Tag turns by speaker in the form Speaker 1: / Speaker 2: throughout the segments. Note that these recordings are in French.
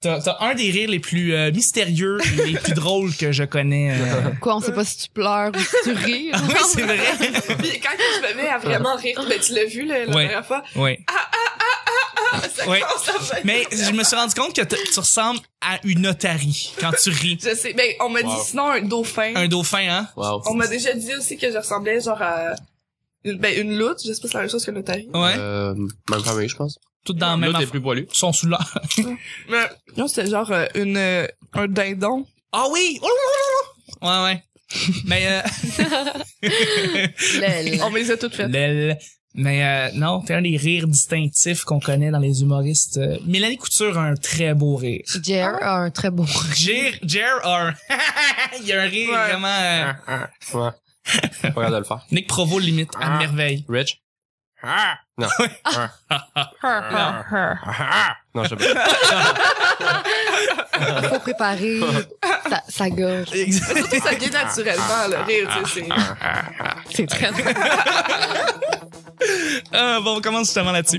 Speaker 1: T'as t'as un des rires les plus euh, mystérieux et les plus drôles que je connais. euh.
Speaker 2: Quoi, on sait pas si tu pleures ou si tu ris.
Speaker 1: Ah oui, c'est vrai.
Speaker 3: Puis quand je me mets à vraiment rire, ben, tu l'as vu là, la
Speaker 1: Ouais.
Speaker 3: dernière fois,
Speaker 1: Oui.
Speaker 3: ça
Speaker 1: Ouais.
Speaker 3: commence à faire-
Speaker 1: Mais je me suis rendu compte que t- tu ressembles à une otarie quand tu ris.
Speaker 3: Je sais, ben, on m'a
Speaker 4: Wow.
Speaker 3: dit sinon un dauphin.
Speaker 1: Un dauphin, hein?
Speaker 4: Wow.
Speaker 3: On m'a déjà dit aussi que je ressemblais genre à une, ben, une loutre, je sais pas si c'est la même chose que l'otarie.
Speaker 1: Ouais.
Speaker 4: Euh, même famille, je pense.
Speaker 1: Tout dans la même
Speaker 4: L'autre est
Speaker 1: affaire.
Speaker 4: plus poilu.
Speaker 1: Ils sont sous là.
Speaker 3: Mais non, c'était genre euh, une euh, un dindon.
Speaker 1: Ah oui! Oh, oh, oh, oh. Ouais, ouais. Mais, euh,
Speaker 2: Lel.
Speaker 3: On me les a toutes faites.
Speaker 1: lel. mais euh, non, t'es un des rires distinctifs qu'on connaît dans les humoristes. Euh, Mélanie Couture a un très beau rire.
Speaker 2: Jer a un très beau.
Speaker 1: Jer, Jer a un... Il y a un rire
Speaker 3: Ouais.
Speaker 1: vraiment... euh,
Speaker 4: Ah. Ouais. Pas capable de le faire.
Speaker 1: Nick Provo le limite à
Speaker 4: Ah.
Speaker 1: merveille.
Speaker 4: Rich? Non.
Speaker 3: Her, her,
Speaker 4: non, je sais pas.
Speaker 2: Faut préparer sa, sa gorge.
Speaker 3: her. Surtout, ça vient naturellement, le rire, tu
Speaker 1: Ah,
Speaker 3: sais. c'est-
Speaker 2: C'est très drôle.
Speaker 1: Euh, bon, on commence justement là-dessus.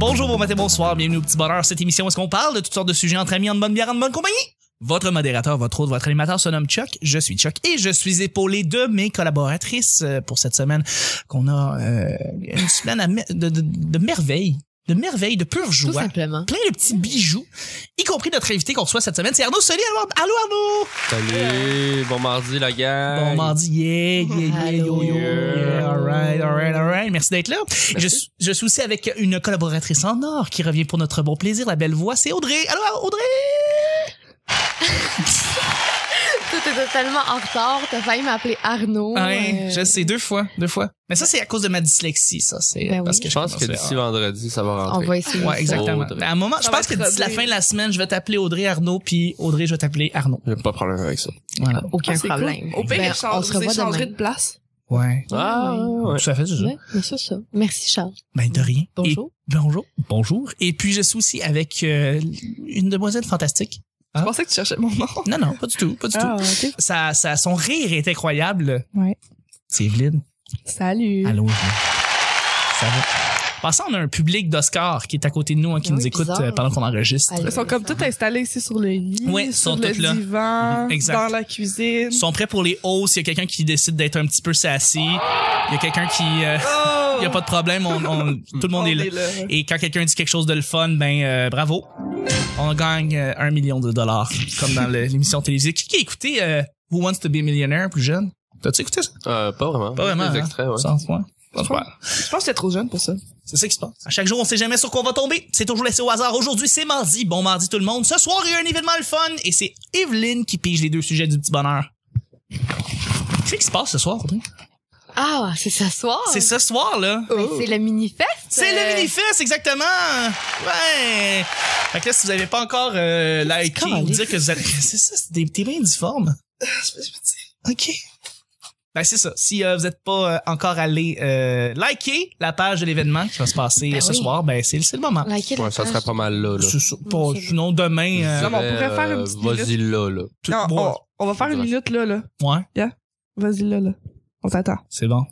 Speaker 1: Bonjour, bon matin, bonsoir, bienvenue au Petit Bonheur. Cette émission où est-ce qu'on parle de toutes sortes de sujets entre amis, en bonne bière, en bonne compagnie. Votre modérateur, votre hôte, votre animateur se nomme Chuck. Je suis Chuck et je suis épaulé de mes collaboratrices euh, pour cette semaine qu'on a euh, une semaine à mer- de, de, de merveille, de merveille, de pure
Speaker 2: Tout
Speaker 1: joie.
Speaker 2: simplement.
Speaker 1: Plein de petits bijoux, y compris notre invité qu'on reçoit cette semaine, c'est Arnaud Soli. Allô, Arnaud! Arnaud!
Speaker 4: Salut, bon mardi, la gang.
Speaker 1: Bon mardi, yeah, yeah, yeah, yo, yo,
Speaker 4: Allô.
Speaker 1: yeah, alright, alright, alright. Merci d'être là. Je, suis- je suis aussi avec une collaboratrice en or qui revient pour notre bon plaisir, la belle voix, c'est Audrey. Alors, Audrey!
Speaker 2: Tout est totalement en retard. T'as failli m'appeler Arnaud.
Speaker 1: Ouais,
Speaker 2: euh,
Speaker 1: je sais, deux fois, deux fois. Mais ça, c'est à cause de ma dyslexie, ça. C'est
Speaker 2: Ben
Speaker 1: parce
Speaker 2: oui.
Speaker 1: que
Speaker 4: Je pense que
Speaker 1: commence
Speaker 4: d'ici
Speaker 1: à-
Speaker 4: vendredi, ça va
Speaker 2: On
Speaker 4: rentrer.
Speaker 2: va essayer.
Speaker 1: Ouais, exactement. Ben,
Speaker 4: Audrey.
Speaker 1: À un moment, je
Speaker 3: Ça va
Speaker 1: pense que
Speaker 3: être
Speaker 1: d'ici la
Speaker 3: rodé.
Speaker 1: fin de la semaine, je vais t'appeler Audrey Arnaud, puis Audrey, je vais t'appeler Arnaud.
Speaker 4: J'ai pas de problème avec ça.
Speaker 1: Voilà.
Speaker 2: Aucun
Speaker 3: Ah, c'est
Speaker 2: problème.
Speaker 3: cool. Au pire,
Speaker 2: Ben,
Speaker 3: échange-
Speaker 2: on se
Speaker 3: vous
Speaker 2: revoit
Speaker 3: échangerez
Speaker 2: demain.
Speaker 3: de place.
Speaker 1: Ouais.
Speaker 4: Ah, ouais.
Speaker 1: Tout à fait, c'est ça.
Speaker 2: Ouais, mais c'est ça. Merci, Charles.
Speaker 1: Ben, de rien. Et-
Speaker 2: Bonjour.
Speaker 1: bonjour. Bonjour. Et puis, je suis aussi avec euh, une demoiselle fantastique. Ah.
Speaker 3: Je pensais que tu cherchais mon nom.
Speaker 1: Non, non, pas du tout,
Speaker 3: Ah,
Speaker 1: pas du
Speaker 2: Ah,
Speaker 1: tout.
Speaker 3: ok.
Speaker 1: ça, ça, son rire est incroyable.
Speaker 3: Ouais.
Speaker 1: C'est Evelyne.
Speaker 3: Salut.
Speaker 1: Allô, Evelyne. Ça va? Passant, on a un public d'Oscar qui est à côté de nous, hein, qui
Speaker 2: Ah
Speaker 1: nous
Speaker 2: oui,
Speaker 1: écoute
Speaker 2: bizarre.
Speaker 1: euh, pendant qu'on enregistre.
Speaker 2: Allez.
Speaker 3: Ils sont comme tous installés ici sur le lit,
Speaker 1: Ouais, ils
Speaker 3: sur
Speaker 1: sont
Speaker 3: le
Speaker 1: toutes là.
Speaker 3: divan,
Speaker 1: Mhm, exact.
Speaker 3: dans la cuisine.
Speaker 1: Ils sont prêts pour les hausses. Il y a quelqu'un qui décide d'être un petit peu sassy. Il y a quelqu'un qui... euh,
Speaker 3: Oh!
Speaker 1: il y a pas de problème. On, on- tout le monde est là. Et quand quelqu'un dit quelque chose de le fun, ben euh, bravo. On gagne euh, un million de dollars, comme dans le- l'émission télévisée. Qui, qui a écouté euh, Who Wants to be a Millionaire plus jeune? T'as-tu écouté ça?
Speaker 4: Euh, pas vraiment.
Speaker 1: Pas vraiment.
Speaker 4: Des
Speaker 1: hein?
Speaker 4: extraits, ouais.
Speaker 1: Sans soin. Sans soin.
Speaker 3: Je pense que j'étais trop jeune pour ça.
Speaker 1: C'est ça qui se passe. À chaque jour, on sait jamais sur quoi on va tomber. C'est toujours laissé au hasard. Aujourd'hui, c'est mardi. Bon mardi tout le monde. Ce soir, il y a un événement le fun et c'est Evelyne qui pige les deux sujets du petit bonheur. Qu'est-ce qui se passe ce soir, Audrey?
Speaker 2: Ah, c'est ce soir.
Speaker 1: C'est ce soir, là.
Speaker 2: Mais C'est le mini-fest.
Speaker 1: C'est
Speaker 2: euh,
Speaker 1: le mini-fest, exactement! Ouais! Fait que là, si vous avez pas encore euh, liké ou
Speaker 2: caliste?
Speaker 1: dire que vous êtes... C'est ça, c'est des- t'es bien difforme.
Speaker 2: Ah,
Speaker 1: OK. Ben, c'est ça. Si euh, vous n'êtes pas euh, encore allé euh, liker la page de l'événement qui va se passer
Speaker 2: Ben
Speaker 1: ce
Speaker 2: oui.
Speaker 1: soir, ben, c'est c'est le moment.
Speaker 2: Laquelle
Speaker 4: Ouais, ça
Speaker 2: page?
Speaker 4: serait pas mal là, là.
Speaker 1: C'est ça. Pas-
Speaker 2: c'est-
Speaker 1: sinon, demain, euh,
Speaker 3: Non, mais on
Speaker 4: Je dirais,
Speaker 3: pourrait faire une
Speaker 4: euh,
Speaker 3: petite
Speaker 4: Vas-y là, là.
Speaker 1: tout
Speaker 3: Non, on,
Speaker 1: boire.
Speaker 3: on va faire une
Speaker 4: Ouais.
Speaker 3: minute là, là.
Speaker 1: Ouais,
Speaker 3: Vas-y là, là. On t'attend.
Speaker 1: c'est bon.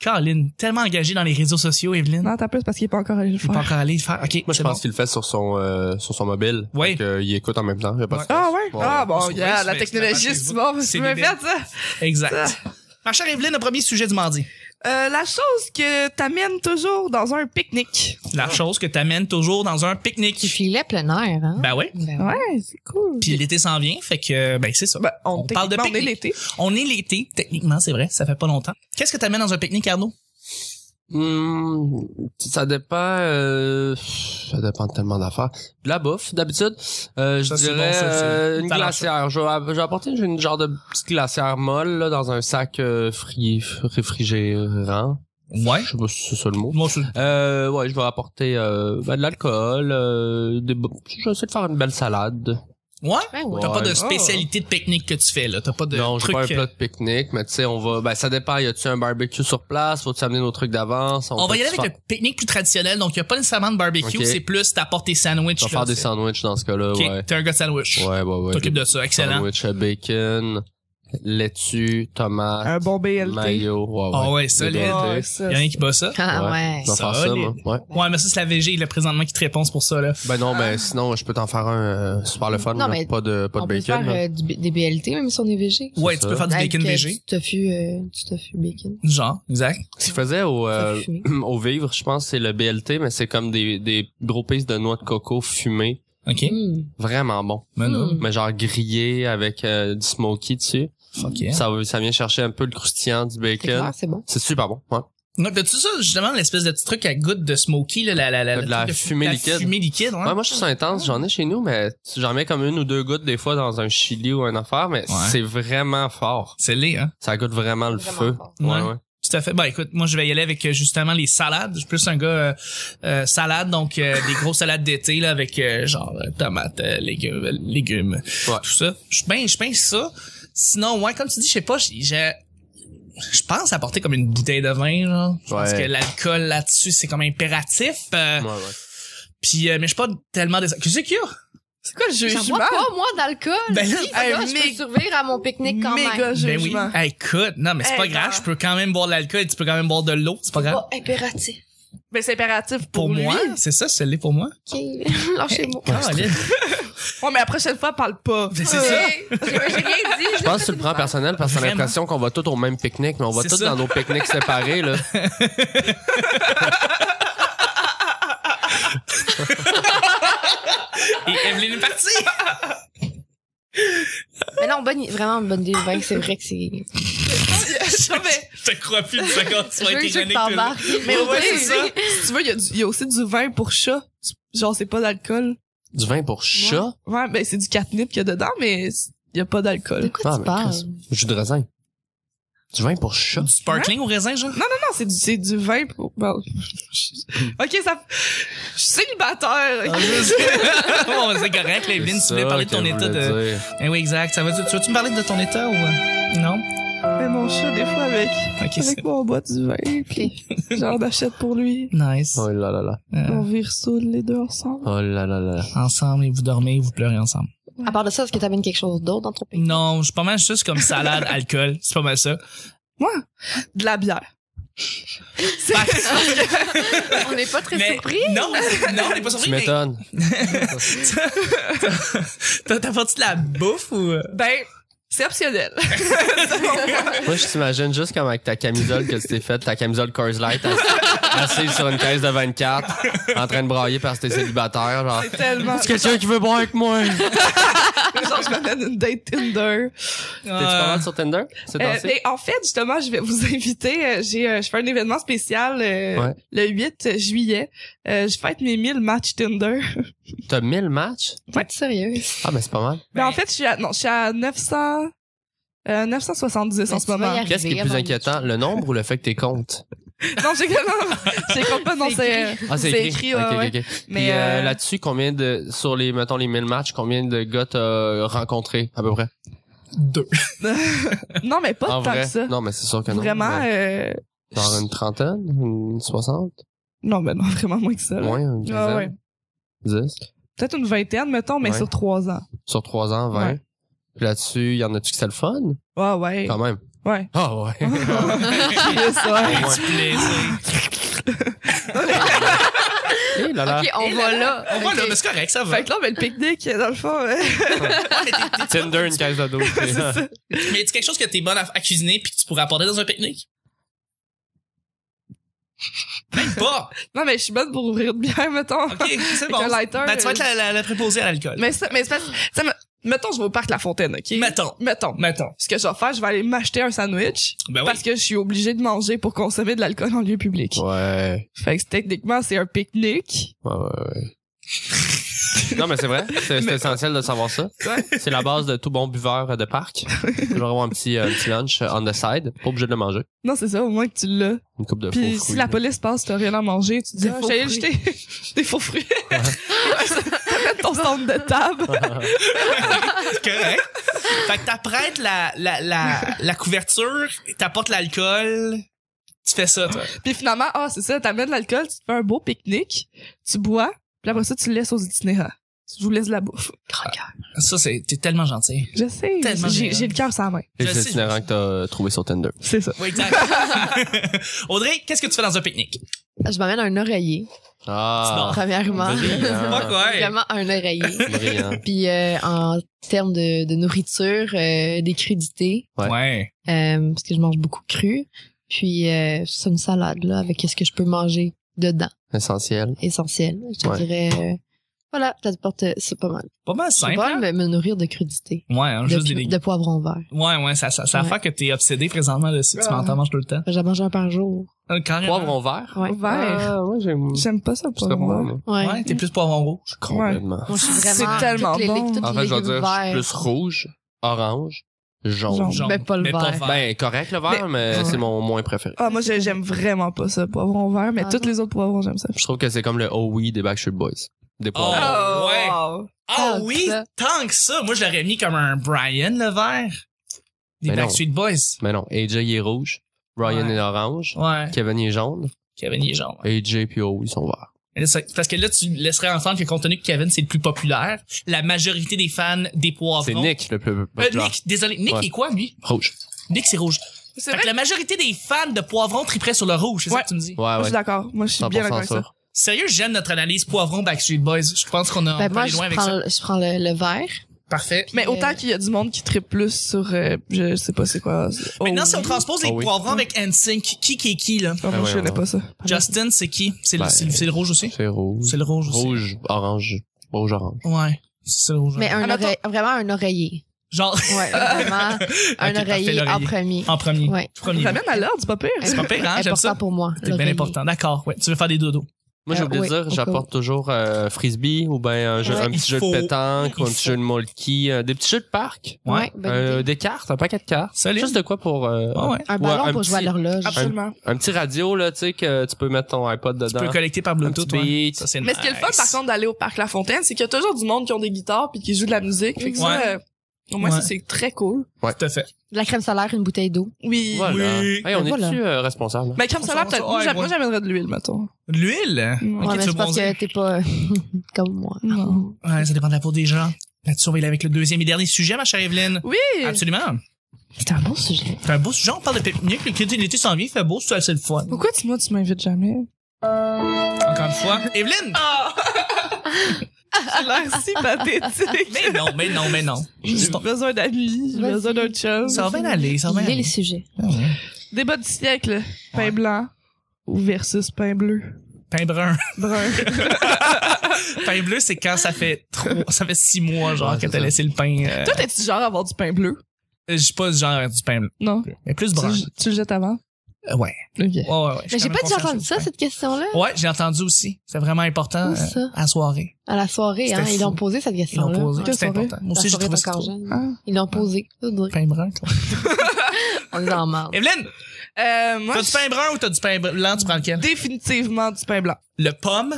Speaker 1: Caroline, tellement engagée dans les réseaux sociaux, Evelyne.
Speaker 3: Non, t'as plus parce qu'il est pas encore allé le
Speaker 1: Je pas
Speaker 3: faire.
Speaker 1: encore allé le faire. OK,
Speaker 4: Moi, je
Speaker 1: c'est
Speaker 4: pense
Speaker 1: bon.
Speaker 4: qu'il le fait sur son, euh, sur son mobile.
Speaker 1: Oui.
Speaker 4: Fait que, euh, il écoute en même temps. Y a pas de
Speaker 1: Ouais.
Speaker 4: stress.
Speaker 3: Ah ouais?
Speaker 4: Ouais.
Speaker 3: Ah bon,
Speaker 1: Ouais,
Speaker 3: yeah,
Speaker 1: c'est
Speaker 3: la
Speaker 1: fait, c'est
Speaker 3: technologie,
Speaker 1: la
Speaker 3: c'est
Speaker 1: page
Speaker 3: bon.
Speaker 1: C'est
Speaker 3: Tu me
Speaker 1: débile.
Speaker 3: faire ça?
Speaker 1: Exact. Ma chère Evelyne, le premier sujet du mardi.
Speaker 3: Euh, la chose que t'amènes toujours dans un pique-nique.
Speaker 4: Ah.
Speaker 1: La chose que t'amènes toujours dans un
Speaker 2: Tu
Speaker 1: pique-nique.
Speaker 2: filais plein air, hein?
Speaker 1: Ben ouais.
Speaker 2: Ben oui.
Speaker 3: Ouais, c'est cool.
Speaker 1: Puis l'été s'en vient, fait que ben c'est ça.
Speaker 3: Ben, on,
Speaker 1: On parle de
Speaker 3: techniquement, on est
Speaker 1: pique-nique.
Speaker 3: l'été.
Speaker 1: On est l'été, techniquement, c'est vrai, ça fait pas longtemps. Qu'est-ce que t'amènes dans un pique-nique, Arnaud?
Speaker 4: Hmm, ça dépend. euh, ça dépend de tellement d'affaires. De la bouffe, d'habitude. Euh, je
Speaker 1: Ça, c'est
Speaker 4: dirais
Speaker 1: bon, ça, c'est-
Speaker 4: euh, une
Speaker 1: talent,
Speaker 4: glacière. Je vais- je vais apporter une, une genre de petite glacière molle là, dans un sac euh, fri- réfrigérant.
Speaker 1: Ouais.
Speaker 4: Je sais pas si c'est ça le mot.
Speaker 1: Moi, c'est-
Speaker 4: Euh, ouais, je vais apporter euh, ben, de l'alcool. Euh, des bo- je vais essayer de faire une belle salade.
Speaker 1: ouais?
Speaker 2: Ben oui.
Speaker 1: T'as pas de
Speaker 4: Ouais.
Speaker 1: spécialité de pique-nique que tu fais, là. T'as pas de
Speaker 4: non, j'ai
Speaker 1: truc...
Speaker 4: pas un plat
Speaker 1: euh,
Speaker 4: de pique-nique, mais tu sais, on va. Ben, ça dépend. Y a-tu un barbecue sur place Faut-tu amener nos trucs d'avance
Speaker 1: On va y
Speaker 4: peut-tu
Speaker 1: aller avec
Speaker 4: faire-
Speaker 1: le pique-nique plus traditionnel, donc il y a pas nécessairement de barbecue,
Speaker 4: Ok.
Speaker 1: c'est plus t'apportes tes
Speaker 4: Je
Speaker 1: sandwichs.
Speaker 4: vais
Speaker 1: là,
Speaker 4: faire des
Speaker 1: c'est-
Speaker 4: sandwichs dans ce cas-là.
Speaker 1: Ok,
Speaker 4: Ouais.
Speaker 1: t'es un gars de sandwich.
Speaker 4: Ouais, ouais, ouais.
Speaker 1: T'occupes de ça, excellent.
Speaker 4: Sandwich à bacon. laitue,
Speaker 2: Ah,
Speaker 4: tomate,
Speaker 3: Un bon BLT.
Speaker 4: mayo. Ouais, ouais.
Speaker 1: Ah ouais, ça,
Speaker 4: Des
Speaker 1: les-
Speaker 3: Ah,
Speaker 4: BLT.
Speaker 3: ça,
Speaker 1: y a rien qui bat ça.
Speaker 2: Ah ouais.
Speaker 4: Je vais faire ça, moi.
Speaker 1: Solide.
Speaker 4: Ouais.
Speaker 1: Ouais, mais ça, c'est la VG, il a présentement qui te réponse pour ça, là.
Speaker 4: Ben non, mais sinon, je peux t'en faire un euh, super le fun.
Speaker 2: Ah. Non,
Speaker 4: là.
Speaker 2: mais
Speaker 4: pas de, pas de
Speaker 2: On peut
Speaker 4: bacon. hein.
Speaker 2: faire
Speaker 4: là.
Speaker 2: euh, du B- des BLT même si on est végé.
Speaker 1: Ouais,
Speaker 4: C'est
Speaker 1: tu
Speaker 4: ça.
Speaker 1: peux faire du
Speaker 2: Avec,
Speaker 1: bacon
Speaker 2: euh,
Speaker 1: VG.
Speaker 2: Du tofu, euh, du tofu bacon.
Speaker 1: Genre, exact.
Speaker 4: Ce qu'ils faisaient au, euh,
Speaker 2: Tofu fumé.
Speaker 4: au vivre, je pense, c'est le BLT, mais c'est comme des, des gros pistes de noix de coco fumées.
Speaker 1: OK.
Speaker 2: Mm.
Speaker 4: Vraiment bon.
Speaker 1: Mais non.
Speaker 2: Mm.
Speaker 4: Mais genre grillé avec euh, du smoky dessus.
Speaker 1: Fuck yeah.
Speaker 4: Ça, ça vient chercher un peu le croustillant du
Speaker 2: C'est clair,
Speaker 4: bacon.
Speaker 2: c'est bon.
Speaker 4: C'est super bon. Ouais.
Speaker 1: Donc, t'as-tu ça, justement, l'espèce de petit truc à goutte de smoky, là, la, la, la,
Speaker 4: De
Speaker 1: le
Speaker 4: la
Speaker 1: truc
Speaker 4: fumée
Speaker 1: la
Speaker 4: liquide.
Speaker 1: fumée liquide, ouais.
Speaker 4: Ouais, moi, je trouve ça intense. J'en ai chez nous, mais j'en mets comme une ou deux gouttes des fois dans un chili ou un affaire, mais
Speaker 1: Ouais.
Speaker 4: c'est vraiment fort.
Speaker 1: C'est laid, hein?
Speaker 4: Ça goûte vraiment le
Speaker 2: Vraiment
Speaker 4: feu.
Speaker 2: fort.
Speaker 1: Ouais.
Speaker 4: Ouais, ouais.
Speaker 1: Tout à fait. Bon, écoute, moi, je vais y aller avec euh, justement les salades. Je suis plus un gars euh, euh, salade, donc euh, des grosses salades d'été, là, avec euh, genre euh, tomates, euh, légumes, euh, légumes
Speaker 4: Ouais.
Speaker 1: tout ça. Je suis bien, je suis bien ça. Sinon, ouais, comme tu dis, je sais pas, j'ai- j'ai... Je pense apporter comme une bouteille de vin, genre. Je pense
Speaker 4: Ouais.
Speaker 1: que l'alcool là-dessus, c'est comme impératif. euh,
Speaker 4: Ouais, ouais.
Speaker 1: Puis, euh, mais je suis pas tellement des. Qu'est-ce qu'il y a?
Speaker 3: C'est quoi le
Speaker 2: J'en
Speaker 3: jugement?
Speaker 2: bois pas, moi, d'alcool.
Speaker 1: Ben
Speaker 2: Ben
Speaker 1: là,
Speaker 3: hey,
Speaker 2: je peux
Speaker 3: mais-
Speaker 2: survivre à mon pique-nique quand
Speaker 1: Ben
Speaker 3: Méga
Speaker 2: même.
Speaker 3: jugement.
Speaker 1: Hey, écoute, non, mais c'est
Speaker 3: Eh
Speaker 1: pas
Speaker 3: ben.
Speaker 1: grave, je peux quand même boire de l'alcool et tu peux quand même boire de l'eau, c'est pas grave.
Speaker 2: Pas impératif.
Speaker 3: Mais Ben, c'est impératif
Speaker 1: Pour,
Speaker 3: pour, lui.
Speaker 1: moi, c'est ça, c'est l'est pour moi.
Speaker 2: OK. Lâchez-moi.
Speaker 1: Caroline.
Speaker 3: Ouais, mais la prochaine fois, parle pas.
Speaker 1: Mais Ben, c'est
Speaker 3: Euh,
Speaker 1: ça.
Speaker 2: J'ai rien dit.
Speaker 4: Je pense que tu le prends personnel parce que t'as
Speaker 1: Vraiment.
Speaker 4: l'impression qu'on va tous au même pique-nique, mais on va
Speaker 1: C'est
Speaker 4: tous
Speaker 1: ça.
Speaker 4: dans nos pique-niques séparés, là.
Speaker 1: Et Evelyne est partie!
Speaker 2: Mais non, bonne, vraiment bonne idée de vin, c'est vrai que c'est...
Speaker 1: je, je te crois plus de seconde, tu
Speaker 2: Je
Speaker 1: vas être
Speaker 2: veux je veux que
Speaker 1: ironique.
Speaker 2: t'embarques.
Speaker 3: Mais au
Speaker 1: Ouais,
Speaker 3: pire,
Speaker 1: c'est ça.
Speaker 3: si tu veux, il y, a du- il y a aussi du vin pour chat. Genre, c'est pas d'alcool.
Speaker 4: Du vin pour chat?
Speaker 3: Ouais, ben c'est du catnip qu'il y a dedans, mais il y a pas
Speaker 2: De
Speaker 3: d'alcool.
Speaker 2: quoi
Speaker 4: Ah,
Speaker 2: tu
Speaker 4: mais
Speaker 2: parles?
Speaker 4: Chris, Jus de raisin. Du vin pour chat?
Speaker 1: Du sparkling au raisin, genre?
Speaker 3: Non, c'est du, c'est du vin pour... Bon. ok, ça... Je suis
Speaker 1: Euh.
Speaker 3: célibataire.
Speaker 1: Ah,
Speaker 3: ok?
Speaker 1: bon, ben, c'est correct, là, Evelyne, tu
Speaker 4: C'est
Speaker 1: voulais
Speaker 4: ça
Speaker 1: parler de ton
Speaker 4: qu'elle
Speaker 1: état de.
Speaker 4: voulait dire.
Speaker 1: Eh oui, exact. Ça va, tu tu veux-tu me parler de ton état ou. euh, Non?
Speaker 3: Mais mon chat, des fois, avec,
Speaker 1: Ok, c'est.
Speaker 3: avec moi, on boit du vin. Puis, genre, on achète pour lui.
Speaker 1: Nice.
Speaker 4: Oh là là là.
Speaker 1: Euh,
Speaker 3: On vire saoul les deux ensemble.
Speaker 4: Oh là là là.
Speaker 1: ensemble, et vous dormez, vous pleurez ensemble.
Speaker 2: À part de ça, est-ce que t'amènes quelque chose d'autre dans ton pique-nique?
Speaker 1: Non, je suis pas mal juste comme salade, alcool. C'est pas mal ça.
Speaker 3: De la bière.
Speaker 1: Par-
Speaker 2: On n'est pas très
Speaker 1: mais-
Speaker 2: surpris.
Speaker 1: Non, mais- non, on n'est pas
Speaker 4: Tu
Speaker 1: surpris. mais-
Speaker 4: m'étonnes.
Speaker 1: T'as t'as parti de la bouffe ou. euh?
Speaker 3: Ben, c'est optionnel.
Speaker 4: Moi, je t'imagine juste comme avec ta camisole que tu t'es faite, ta camisole Coors Light, ass- assise sur une caisse de 24, en train de brailler parce que t'es célibataire, genre.
Speaker 3: C'est tellement...
Speaker 4: C'est quelqu'un qui veut boire avec moi?
Speaker 3: genre, je m'amène une date Tinder.
Speaker 4: T'es-tu pas mal sur Tinder? C'est
Speaker 3: Euh, mais en fait, justement, je vais vous inviter. euh, J'ai, euh, je fais un événement spécial euh,
Speaker 4: Ouais.
Speaker 3: le 8 juillet. Euh, je fête mes 1000 matchs Tinder. Ben,
Speaker 4: T'as 1000 matchs?
Speaker 2: T'es sérieux?
Speaker 4: Ah, mais c'est pas mal.
Speaker 3: Mais en fait, je suis à, non, je suis à 900, euh, 970 en
Speaker 2: Mais
Speaker 3: ce
Speaker 2: Ben, tu vas y
Speaker 3: moment.
Speaker 2: arriver.
Speaker 4: Qu'est-ce qui est plus
Speaker 2: avant
Speaker 4: inquiétant, le nombre ou le fait que t'es compte?
Speaker 3: Non, j'ai j'ai compris pas. Non,
Speaker 2: C'est
Speaker 3: c'est, euh,
Speaker 4: Ah, c'est
Speaker 3: C'est
Speaker 4: écrit.
Speaker 3: écrit,
Speaker 4: Ok,
Speaker 3: ouais,
Speaker 4: ok,
Speaker 3: ouais.
Speaker 4: ok.
Speaker 3: mais
Speaker 4: Puis, euh,
Speaker 3: euh,
Speaker 4: là-dessus, combien de, sur les, mettons, les 1000 matchs, combien de gars t'as rencontré, à peu près?
Speaker 1: Deux.
Speaker 3: euh, non, mais pas
Speaker 4: en
Speaker 3: tant
Speaker 4: vrai?
Speaker 3: que ça.
Speaker 4: Non, mais c'est sûr que non.
Speaker 3: vraiment, euh,
Speaker 4: mais Genre une trentaine? Une soixante?
Speaker 3: non, mais non, vraiment moins que ça. là.
Speaker 4: Moins, une
Speaker 3: Ah, ouais.
Speaker 4: quinzaine? Dix?
Speaker 3: Peut-être une vingtaine, mettons, mais
Speaker 4: Ouais.
Speaker 3: sur trois ans.
Speaker 4: Sur trois ans, vingt?
Speaker 3: Ouais.
Speaker 4: Puis là-dessus, il y en a-tu qui c'est le fun?
Speaker 3: Ah ouais.
Speaker 4: Quand même.
Speaker 3: Ouais.
Speaker 4: Ah ouais.
Speaker 3: Yes,
Speaker 4: Ah,
Speaker 3: ouais.
Speaker 1: Du plaisir.
Speaker 4: Eh là là.
Speaker 2: Ok, on va là.
Speaker 1: On va là, mais c'est correct, ça va.
Speaker 3: Fait que là, mais le pique-nique, dans le fond, euh,
Speaker 4: Tinder, une caisse de dos.
Speaker 3: c'est ça.
Speaker 1: Mais tu quelque chose que t'es bonne à, à cuisiner puis que tu pourrais apporter dans un pique-nique? Même pas!
Speaker 3: Non, mais je suis bonne pour ouvrir une bière, mettons.
Speaker 1: Ok, c'est bon.
Speaker 3: Avec un lighter,
Speaker 1: Ben, tu vas être
Speaker 3: euh,
Speaker 1: la, la, la préposée à l'alcool.
Speaker 3: Mais ça, mais c'est parce- ça me- mettons, je vais au parc La Fontaine, OK?
Speaker 1: Mettons.
Speaker 3: Mettons.
Speaker 1: Mettons.
Speaker 3: Ce que je vais faire, je vais aller m'acheter un sandwich.
Speaker 1: Ben oui.
Speaker 3: Parce que je suis obligée de manger pour consommer de l'alcool en lieu public.
Speaker 4: Ouais.
Speaker 3: Fait que techniquement, c'est un pique-nique.
Speaker 4: Ouais, ouais, ouais. non, mais c'est vrai. C'est c'est essentiel de savoir ça.
Speaker 3: Ouais.
Speaker 4: C'est la base de tout bon buveur euh, de parc. Toujours avoir un petit, euh, un petit lunch euh, on the side. Pas obligé de le manger.
Speaker 3: Non, c'est ça, au moins que tu l'as.
Speaker 4: Une coupe de faux
Speaker 3: Puis
Speaker 4: fruits.
Speaker 3: si la police passe, t'as rien à manger, tu te dis,
Speaker 2: Des
Speaker 3: ah,
Speaker 2: faux
Speaker 3: j'allais le jeter
Speaker 2: fruits.
Speaker 3: des faux fruits. Mets ton centre de table.
Speaker 1: C'est correct. fait que t'apprêtes la, la, la, la couverture, t'apportes l'alcool, tu fais ça, toi.
Speaker 3: Puis finalement, ah, c'est ça, t'amènes de l'alcool, tu te fais un beau pique-nique, tu bois, puis après ça, tu le laisses aux itinérants. Je vous laisse de la bouffe. Grand cœur.
Speaker 1: Ça, c'est, t'es tellement gentil.
Speaker 3: Je sais.
Speaker 1: Tellement
Speaker 3: J'ai
Speaker 1: génial.
Speaker 3: j'ai le cœur sur la main.
Speaker 1: Je
Speaker 4: Les
Speaker 1: sais,
Speaker 4: itinérants que t'as euh, trouvé sur Tinder.
Speaker 3: C'est ça.
Speaker 1: Oui, exact. Audrey, qu'est-ce que tu fais dans un pique-nique?
Speaker 2: Je m'amène un oreiller,
Speaker 4: Ah.
Speaker 2: premièrement.
Speaker 1: Fuck,
Speaker 4: Brillant.
Speaker 1: ouais.
Speaker 2: Vraiment un oreiller.
Speaker 4: Brillant.
Speaker 2: Puis euh, en termes de, de nourriture, euh, des crudités,
Speaker 4: Ouais.
Speaker 1: Ouais.
Speaker 2: euh, parce que je mange beaucoup cru. Puis euh, c'est une salade là avec ce que je peux manger dedans,
Speaker 4: Essentiel.
Speaker 2: Mm-hmm. essentiel. Je te
Speaker 4: Ouais.
Speaker 2: dirais, euh, voilà, je t'apporte, euh, c'est pas mal.
Speaker 1: Pas mal
Speaker 2: Je
Speaker 1: simple.
Speaker 2: vais
Speaker 1: hein?
Speaker 2: me, me nourrir de crudités,
Speaker 1: Ouais, hein,
Speaker 2: de,
Speaker 1: juste des
Speaker 2: pi-
Speaker 1: légumes.
Speaker 2: de poivrons verts.
Speaker 1: Ouais, ouais, ça, ça, ça
Speaker 2: Ouais.
Speaker 1: fait que t'es obsédé présentement dessus. Tu
Speaker 3: Ah.
Speaker 1: m'entends manger tout le temps.
Speaker 2: J'en mange un par jour.
Speaker 1: Euh, Carrément.
Speaker 4: Poivron vert.
Speaker 2: Ouais. Ah,
Speaker 3: Vert.
Speaker 4: Ah, ouais, j'aime.
Speaker 3: J'aime pas ça pour moi.
Speaker 2: Ouais.
Speaker 1: Ouais, t'es plus poivron rouge.
Speaker 4: Complètement.
Speaker 2: Moi, je suis
Speaker 3: C'est
Speaker 2: vraiment
Speaker 3: tellement
Speaker 2: toutes les,
Speaker 3: bon.
Speaker 2: toutes
Speaker 4: En
Speaker 2: les
Speaker 4: fait, je vais
Speaker 2: légumes
Speaker 4: dire, je suis
Speaker 2: verts.
Speaker 4: plus rouge, orange, jaune.
Speaker 3: Jaune.
Speaker 1: Jaune.
Speaker 2: Ben, pas le vert.
Speaker 4: Ben, correct le vert, mais,
Speaker 2: Ouais.
Speaker 4: c'est mon moins préféré.
Speaker 3: Ah, moi, j'ai- j'aime vraiment pas ça, poivron vert, mais
Speaker 2: Ah
Speaker 3: tous
Speaker 2: non.
Speaker 3: les autres poivrons, j'aime ça.
Speaker 4: Je trouve que c'est comme le oh oui des Backstreet Boys. Des poivrons.
Speaker 1: Ah, ouais.
Speaker 3: wow.
Speaker 1: Ah
Speaker 2: tant que
Speaker 1: oui,
Speaker 2: ça.
Speaker 1: tant que ça. Moi, je l'aurais mis comme un Brian le vert. Des
Speaker 4: Mais Ben non.
Speaker 1: Backstreet Boys.
Speaker 4: Mais non, AJ il est rouge, Ryan
Speaker 1: Ouais.
Speaker 4: est orange,
Speaker 1: Ouais.
Speaker 4: Kevin il est jaune,
Speaker 1: Kevin, il est genre.
Speaker 4: AJ puis oh ils sont verts.
Speaker 1: Mais là, c'est- Parce que là, tu laisserais entendre que compte tenu que Kevin, c'est le plus populaire, la majorité des fans des poivrons.
Speaker 4: C'est Nick le plus
Speaker 1: Euh,
Speaker 4: populaire.
Speaker 1: Nick, désolé. Nick,
Speaker 4: Ouais.
Speaker 1: il est quoi, lui?
Speaker 4: Rouge.
Speaker 1: Nick, c'est rouge.
Speaker 3: C'est
Speaker 1: Fait
Speaker 3: vrai
Speaker 1: que la majorité des fans de poivrons triperaient sur le rouge, c'est ça
Speaker 3: Ouais.
Speaker 1: que tu me dis?
Speaker 4: Ouais,
Speaker 3: Moi, je
Speaker 4: Ah ouais.
Speaker 3: suis d'accord. Moi, je suis bien d'accord
Speaker 4: 100%
Speaker 3: avec ça.
Speaker 4: sûr.
Speaker 1: Sérieux, j'aime notre analyse poivron Backstreet Boys. Je pense qu'on a,
Speaker 2: Ben,
Speaker 1: on peut
Speaker 2: moi,
Speaker 1: aller
Speaker 2: je
Speaker 1: loin avec
Speaker 2: prends,
Speaker 1: ça.
Speaker 2: le- je prends le, le vert.
Speaker 1: Parfait.
Speaker 3: Mais
Speaker 2: Puis,
Speaker 3: autant
Speaker 2: euh,
Speaker 3: qu'il y a du monde qui tripe plus sur, euh, je sais pas c'est quoi. c'est-
Speaker 1: Maintenant,
Speaker 3: oh,
Speaker 1: si on transpose les
Speaker 4: Oh oui.
Speaker 1: poivrons avec NSYNC, qui qui est qui, là?
Speaker 3: Ah,
Speaker 4: Ah
Speaker 3: moi,
Speaker 4: ouais,
Speaker 3: je connais
Speaker 4: ouais.
Speaker 3: pas ça.
Speaker 1: Justin, c'est qui? C'est le,
Speaker 4: Ben,
Speaker 1: c'est le- c'est le rouge aussi?
Speaker 4: C'est rouge.
Speaker 1: C'est le rouge aussi.
Speaker 4: Rouge, orange, rouge, orange.
Speaker 1: Ouais. C'est le rouge.
Speaker 2: Mais un
Speaker 3: En attendant-
Speaker 2: oreille- vraiment un oreiller.
Speaker 1: Genre,
Speaker 2: Ouais, vraiment un
Speaker 1: parfait,
Speaker 2: oreiller en
Speaker 1: l'oreiller.
Speaker 2: premier.
Speaker 1: en premier.
Speaker 2: Ouais.
Speaker 1: Premier.
Speaker 3: Ramène à l'ordre, c'est pas pire.
Speaker 1: C'est pas pire, hein? J'aime
Speaker 2: important
Speaker 1: ça.
Speaker 2: pour moi.
Speaker 1: C'est bien
Speaker 2: l'oreiller.
Speaker 1: important. D'accord. Ouais. Tu veux faire des dodos.
Speaker 4: Moi, j'ai
Speaker 2: Euh,
Speaker 4: oublié
Speaker 2: oui,
Speaker 4: de
Speaker 2: au
Speaker 4: dire, j'apporte toujours euh, frisbee ou ben un, jeu-
Speaker 2: Ouais.
Speaker 4: un
Speaker 1: Il
Speaker 4: petit jeu
Speaker 1: faut-
Speaker 4: de pétanque ou un
Speaker 1: il
Speaker 4: petit
Speaker 1: faut.
Speaker 4: jeu de molki, euh, des petits jeux de parc,
Speaker 2: Ouais, bonne
Speaker 4: euh,
Speaker 2: idée.
Speaker 4: des cartes, un paquet de cartes.
Speaker 1: Solide.
Speaker 4: Juste de quoi pour euh,
Speaker 1: Ah ouais.
Speaker 2: Un
Speaker 4: ouais,
Speaker 2: ballon
Speaker 4: un
Speaker 2: pour jouer à
Speaker 4: petit-
Speaker 2: l'horloge.
Speaker 3: Absolument.
Speaker 4: un petit radio là, tu sais que tu peux mettre ton iPod
Speaker 1: Tu peux le
Speaker 4: dedans.
Speaker 1: collecter par
Speaker 4: Un
Speaker 1: Bluetooth,
Speaker 4: petit
Speaker 1: ouais.
Speaker 4: beat.
Speaker 1: Ça, c'est
Speaker 3: Mais ce qui est le fun,
Speaker 1: nice.
Speaker 3: par contre, d'aller au parc La Fontaine, c'est qu'il y a toujours du monde qui ont des guitares puis qui jouent de la musique. Fait que
Speaker 1: Ouais.
Speaker 3: ça, euh, au moins,
Speaker 1: Ouais.
Speaker 3: ça, c'est très cool.
Speaker 1: Tout à fait.
Speaker 2: De la crème solaire, une bouteille d'eau.
Speaker 3: Oui.
Speaker 4: Voilà.
Speaker 1: Oui.
Speaker 4: Hey, on
Speaker 2: Ben voilà.
Speaker 4: est-tu euh, responsable?
Speaker 3: Mais crème solaire, peut-être.
Speaker 1: Ouais,
Speaker 3: Moi, j'a-
Speaker 1: ouais.
Speaker 3: moi, j'amènerais de l'huile, mettons.
Speaker 1: L'huile?
Speaker 3: Ouais.
Speaker 1: Ok,
Speaker 2: ouais, mais
Speaker 1: tu veux
Speaker 2: c'est parce
Speaker 1: bronzer.
Speaker 2: que t'es pas comme moi.
Speaker 3: Non.
Speaker 1: Ouais, ça dépend de la peau des gens. Là-dessus, on va y aller avec le deuxième et dernier sujet, ma chère Evelyne.
Speaker 3: Oui!
Speaker 1: Absolument.
Speaker 2: C'est un bon sujet.
Speaker 1: C'est un beau sujet. On parle de pique-nique. L'été l'été s'en vient, il fait beau, c'est assez le fun.
Speaker 3: Pourquoi tu, moi, tu m'invites jamais?
Speaker 1: Encore une fois. Evelyne!
Speaker 3: Ah! J'ai l'air si pathétique.
Speaker 1: Mais non, mais non, mais non.
Speaker 3: J'ai besoin d'amis, j'ai
Speaker 2: Vas-y.
Speaker 3: besoin d'un chum.
Speaker 1: Ça va bien aller, ça va
Speaker 2: Il
Speaker 1: bien
Speaker 2: est les
Speaker 1: aller.
Speaker 2: sujets.
Speaker 3: Débat du siècle. Pain
Speaker 1: Ouais.
Speaker 3: blanc ou versus pain bleu.
Speaker 1: Pain brun.
Speaker 3: Brun.
Speaker 1: Pain bleu, c'est quand ça fait trois, ça fait six mois, genre,
Speaker 4: Ouais,
Speaker 1: que
Speaker 4: c'est
Speaker 1: t'as
Speaker 4: ça.
Speaker 1: laissé le pain, euh,
Speaker 3: Toi, t'es-tu genre à avoir du pain bleu?
Speaker 1: je suis pas genre du pain bleu.
Speaker 3: Non.
Speaker 1: Mais plus
Speaker 3: Tu,
Speaker 1: brun.
Speaker 3: tu le jettes avant?
Speaker 1: Euh, ouais. Ouais,
Speaker 3: Ok.
Speaker 1: ouais, ouais. Je suis
Speaker 2: Mais j'ai
Speaker 1: quand
Speaker 2: pas
Speaker 1: même
Speaker 2: déjà
Speaker 1: conscient
Speaker 2: entendu
Speaker 1: du
Speaker 2: ça,
Speaker 1: pain.
Speaker 2: cette question-là.
Speaker 1: Ouais, j'ai entendu aussi. C'est vraiment important.
Speaker 2: Où
Speaker 1: euh,
Speaker 2: ça?
Speaker 1: à la soirée.
Speaker 2: À la soirée,
Speaker 1: C'était
Speaker 2: hein, ils
Speaker 1: fou.
Speaker 2: l'ont posé, cette
Speaker 1: Ils l'ont
Speaker 2: question-là.
Speaker 1: posé.
Speaker 3: quelle
Speaker 1: C'est
Speaker 3: soirée?
Speaker 1: important. Moi
Speaker 2: La
Speaker 1: aussi, j'ai
Speaker 2: soirée
Speaker 1: trouvé
Speaker 2: est
Speaker 1: ça
Speaker 2: encore
Speaker 1: trop-
Speaker 2: jeune.
Speaker 3: Ah.
Speaker 2: Ils l'ont posé. Ça doit-
Speaker 1: pain brun. quoi.
Speaker 2: On est en marre.
Speaker 1: Evelyne,
Speaker 3: Euh, moi,
Speaker 1: t'as du pain brun ou t'as du pain blanc? Tu prends lequel?
Speaker 3: définitivement du pain blanc.
Speaker 1: Le pomme?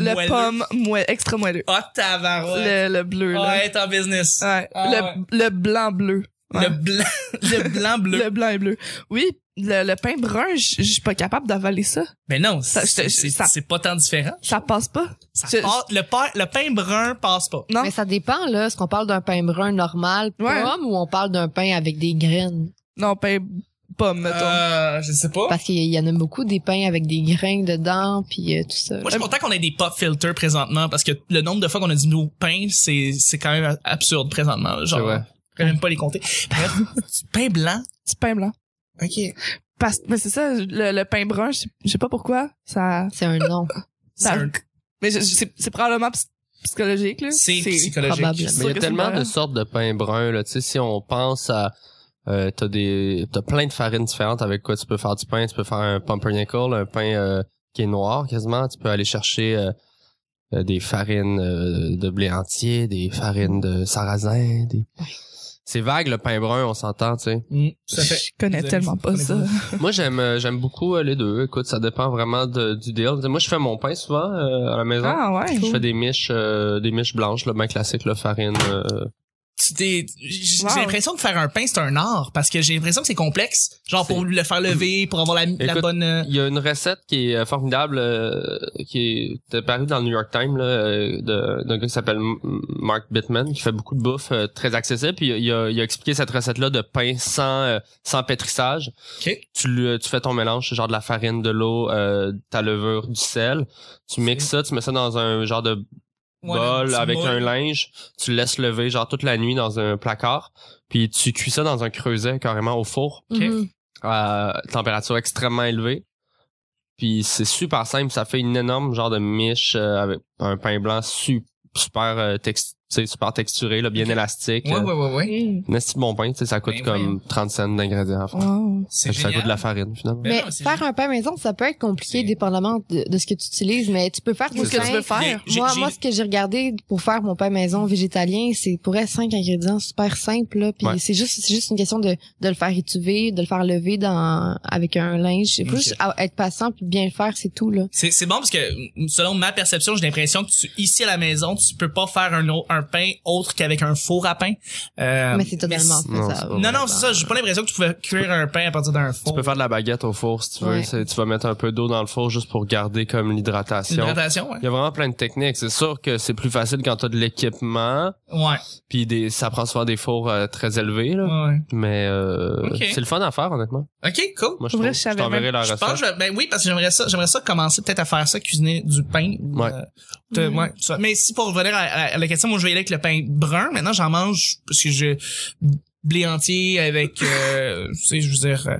Speaker 3: Le
Speaker 1: moelleux.
Speaker 3: pomme moelle, extra moelleux.
Speaker 1: Ah, tabarouette.
Speaker 3: Le, le bleu,
Speaker 1: Le...
Speaker 3: là.
Speaker 1: Ouais, t'es en business.
Speaker 3: Ouais.
Speaker 1: Ah,
Speaker 3: le, le blanc bleu. Ouais.
Speaker 1: Le blanc, le blanc bleu.
Speaker 3: Le blanc et bleu. Oui, le, le pain brun, je je suis pas capable d'avaler ça.
Speaker 1: Mais non,
Speaker 3: Ça,
Speaker 1: c'est
Speaker 3: je-
Speaker 1: c'est-
Speaker 3: ça-
Speaker 1: c'est pas tant différent.
Speaker 3: Ça passe pas.
Speaker 1: Ça
Speaker 3: Je-
Speaker 1: passe- le, pain, le pain brun passe pas.
Speaker 3: Non.
Speaker 2: Mais ça dépend, là. Est-ce qu'on parle d'un pain brun normal,
Speaker 3: Ouais.
Speaker 2: pomme, ou on parle d'un pain avec des graines?
Speaker 3: Non, pain pomme, mettons.
Speaker 1: Euh, je sais pas.
Speaker 2: Parce qu'il y en a beaucoup des pains avec des grains dedans, puis euh, tout ça.
Speaker 1: Moi, je suis content qu'on ait des pop filters présentement parce que le nombre de fois qu'on a dit nos pains, c'est c'est quand même absurde présentement. Genre,
Speaker 4: C'est vrai.
Speaker 1: je peux même pas les compter. Bref, du pain blanc.
Speaker 3: Du pain blanc.
Speaker 1: Ok.
Speaker 3: Parce, mais c'est ça, le, le pain brun, je sais- je sais pas pourquoi, ça...
Speaker 2: C'est un nom.
Speaker 1: C'est
Speaker 3: Ça-
Speaker 1: un-
Speaker 3: Mais je- je- c'est c'est probablement ps- psychologique, là.
Speaker 1: c'est psychologique.
Speaker 2: probablement.
Speaker 4: Mais il y
Speaker 3: sûr
Speaker 4: a
Speaker 3: que
Speaker 4: tellement
Speaker 3: c'est
Speaker 4: de
Speaker 3: marrant.
Speaker 4: sortes de pain brun là, tu sais si on pense à euh, t'as des t'as plein de farines différentes avec quoi tu peux faire du pain, tu peux faire un pumpernickel, un pain euh, qui est noir quasiment, tu peux aller chercher euh, euh, des farines euh, de blé entier, des farines de sarrasin, des c'est vague le pain brun, on s'entend, tu sais.
Speaker 1: Mm, tout à fait.
Speaker 3: Je connais
Speaker 1: Vous
Speaker 3: tellement
Speaker 1: avez-
Speaker 3: pas
Speaker 1: vous
Speaker 3: ça.
Speaker 1: avez-
Speaker 4: moi j'aime euh, j'aime beaucoup euh, les deux. Écoute, ça dépend vraiment de- du deal. Moi je fais mon pain souvent euh, à la maison.
Speaker 3: Ah ouais.
Speaker 4: Je fais des miches, euh, des miches blanches, le bien classique, le farine, euh,
Speaker 1: tu t'es- J'ai
Speaker 3: Wow.
Speaker 1: j'ai l'impression que faire un pain, c'est un art, parce que j'ai l'impression que c'est complexe. Genre, pour le faire lever, pour avoir la, la
Speaker 4: Écoute,
Speaker 1: bonne... euh,
Speaker 4: Il y a une recette qui est euh, formidable, euh, qui est apparue dans le New York Times, là, euh, de- d'un gars qui s'appelle M- Mark Bittman, qui fait beaucoup de bouffe euh, très accessible. Puis il a, il a expliqué cette recette-là de pain sans, euh, sans pétrissage.
Speaker 1: Ok.
Speaker 4: Tu, le- tu fais ton mélange, c'est genre de la farine, de l'eau, euh, ta levure, du sel. Tu mixes ça, tu mets ça dans un genre de
Speaker 1: ouais,
Speaker 4: bol
Speaker 1: petit
Speaker 4: avec
Speaker 1: moule.
Speaker 4: un linge, tu le laisses lever genre toute la nuit dans un placard, puis tu cuis ça dans un creuset carrément au four
Speaker 1: Ok.
Speaker 2: Mhm.
Speaker 4: à température extrêmement élevée. Puis c'est super simple, ça fait une énorme genre de miche euh, avec un pain blanc su- super euh, tex- tu sais, super texturé, là, bien
Speaker 1: Ok.
Speaker 4: élastique.
Speaker 1: Ouais, ouais, ouais, ouais.
Speaker 4: Un esti de bon pain, tu sais, ça coûte
Speaker 1: Ben
Speaker 4: comme 30 cents d'ingrédients. à faire.
Speaker 2: Wow.
Speaker 1: C'est
Speaker 4: Fait que ça coûte de
Speaker 1: génial.
Speaker 4: la farine finalement.
Speaker 1: Ben
Speaker 2: Mais
Speaker 1: non, c'est
Speaker 2: faire un pain maison, ça peut être compliqué
Speaker 1: C'est-
Speaker 2: dépendamment de, de ce que tu utilises, mais tu peux faire
Speaker 3: Ou
Speaker 2: tout
Speaker 3: ce que tu veux faire.
Speaker 1: J'ai-
Speaker 2: Moi,
Speaker 1: j'ai-
Speaker 2: moi, ce que j'ai regardé pour faire mon pain maison végétalien, c'est pour être cinq ingrédients super simples, là, puis
Speaker 4: Ouais.
Speaker 2: c'est juste, c'est juste une question de, de le faire étuver, de le faire lever dans, avec un linge. C'est
Speaker 1: Ok.
Speaker 2: juste à- être patient puis bien le faire, c'est tout, là.
Speaker 1: C'est c'est bon parce que m- selon ma perception, j'ai l'impression que tu, ici à la maison, tu peux pas faire un, au- un pain autre qu'avec un four à pain. Euh,
Speaker 2: mais c'est totalement
Speaker 1: c-
Speaker 4: non,
Speaker 2: faisable.
Speaker 4: c'est
Speaker 1: Non, non, c'est ça. J'ai pas l'impression que tu pouvais cuire un pain à partir d'un
Speaker 4: Tu
Speaker 1: four.
Speaker 4: peux faire de la baguette au four si tu veux,
Speaker 2: Ouais.
Speaker 4: C'est- tu vas mettre un peu d'eau dans le four juste pour garder comme
Speaker 1: une
Speaker 4: l'hydratation.
Speaker 1: hydratation, ouais.
Speaker 4: Il y a vraiment plein de techniques. C'est sûr que c'est plus facile quand t'as de l'équipement,
Speaker 1: Ouais,
Speaker 4: puis des, ça prend souvent des fours euh, très élevés, là.
Speaker 1: ouais.
Speaker 4: Mais euh,
Speaker 1: Ok.
Speaker 4: c'est le fun à faire, honnêtement.
Speaker 1: Ok, cool.
Speaker 4: Moi, je,
Speaker 3: Pour vrai,
Speaker 4: trouve.
Speaker 3: je savais
Speaker 4: t'enverrai la
Speaker 1: Je
Speaker 4: recette.
Speaker 1: pense, que je- ben oui, parce que j'aimerais ça, j'aimerais ça commencer peut-être à faire ça, cuisiner du pain. ou,
Speaker 4: Ouais.
Speaker 1: euh, de-
Speaker 2: Mhm.
Speaker 1: ouais, tout ça. Mais si pour revenir à, à- à la question, moi je vais y aller avec le pain brun. Maintenant, j'en mange parce que je blé entier avec, euh, tu sais, je veux dire. euh,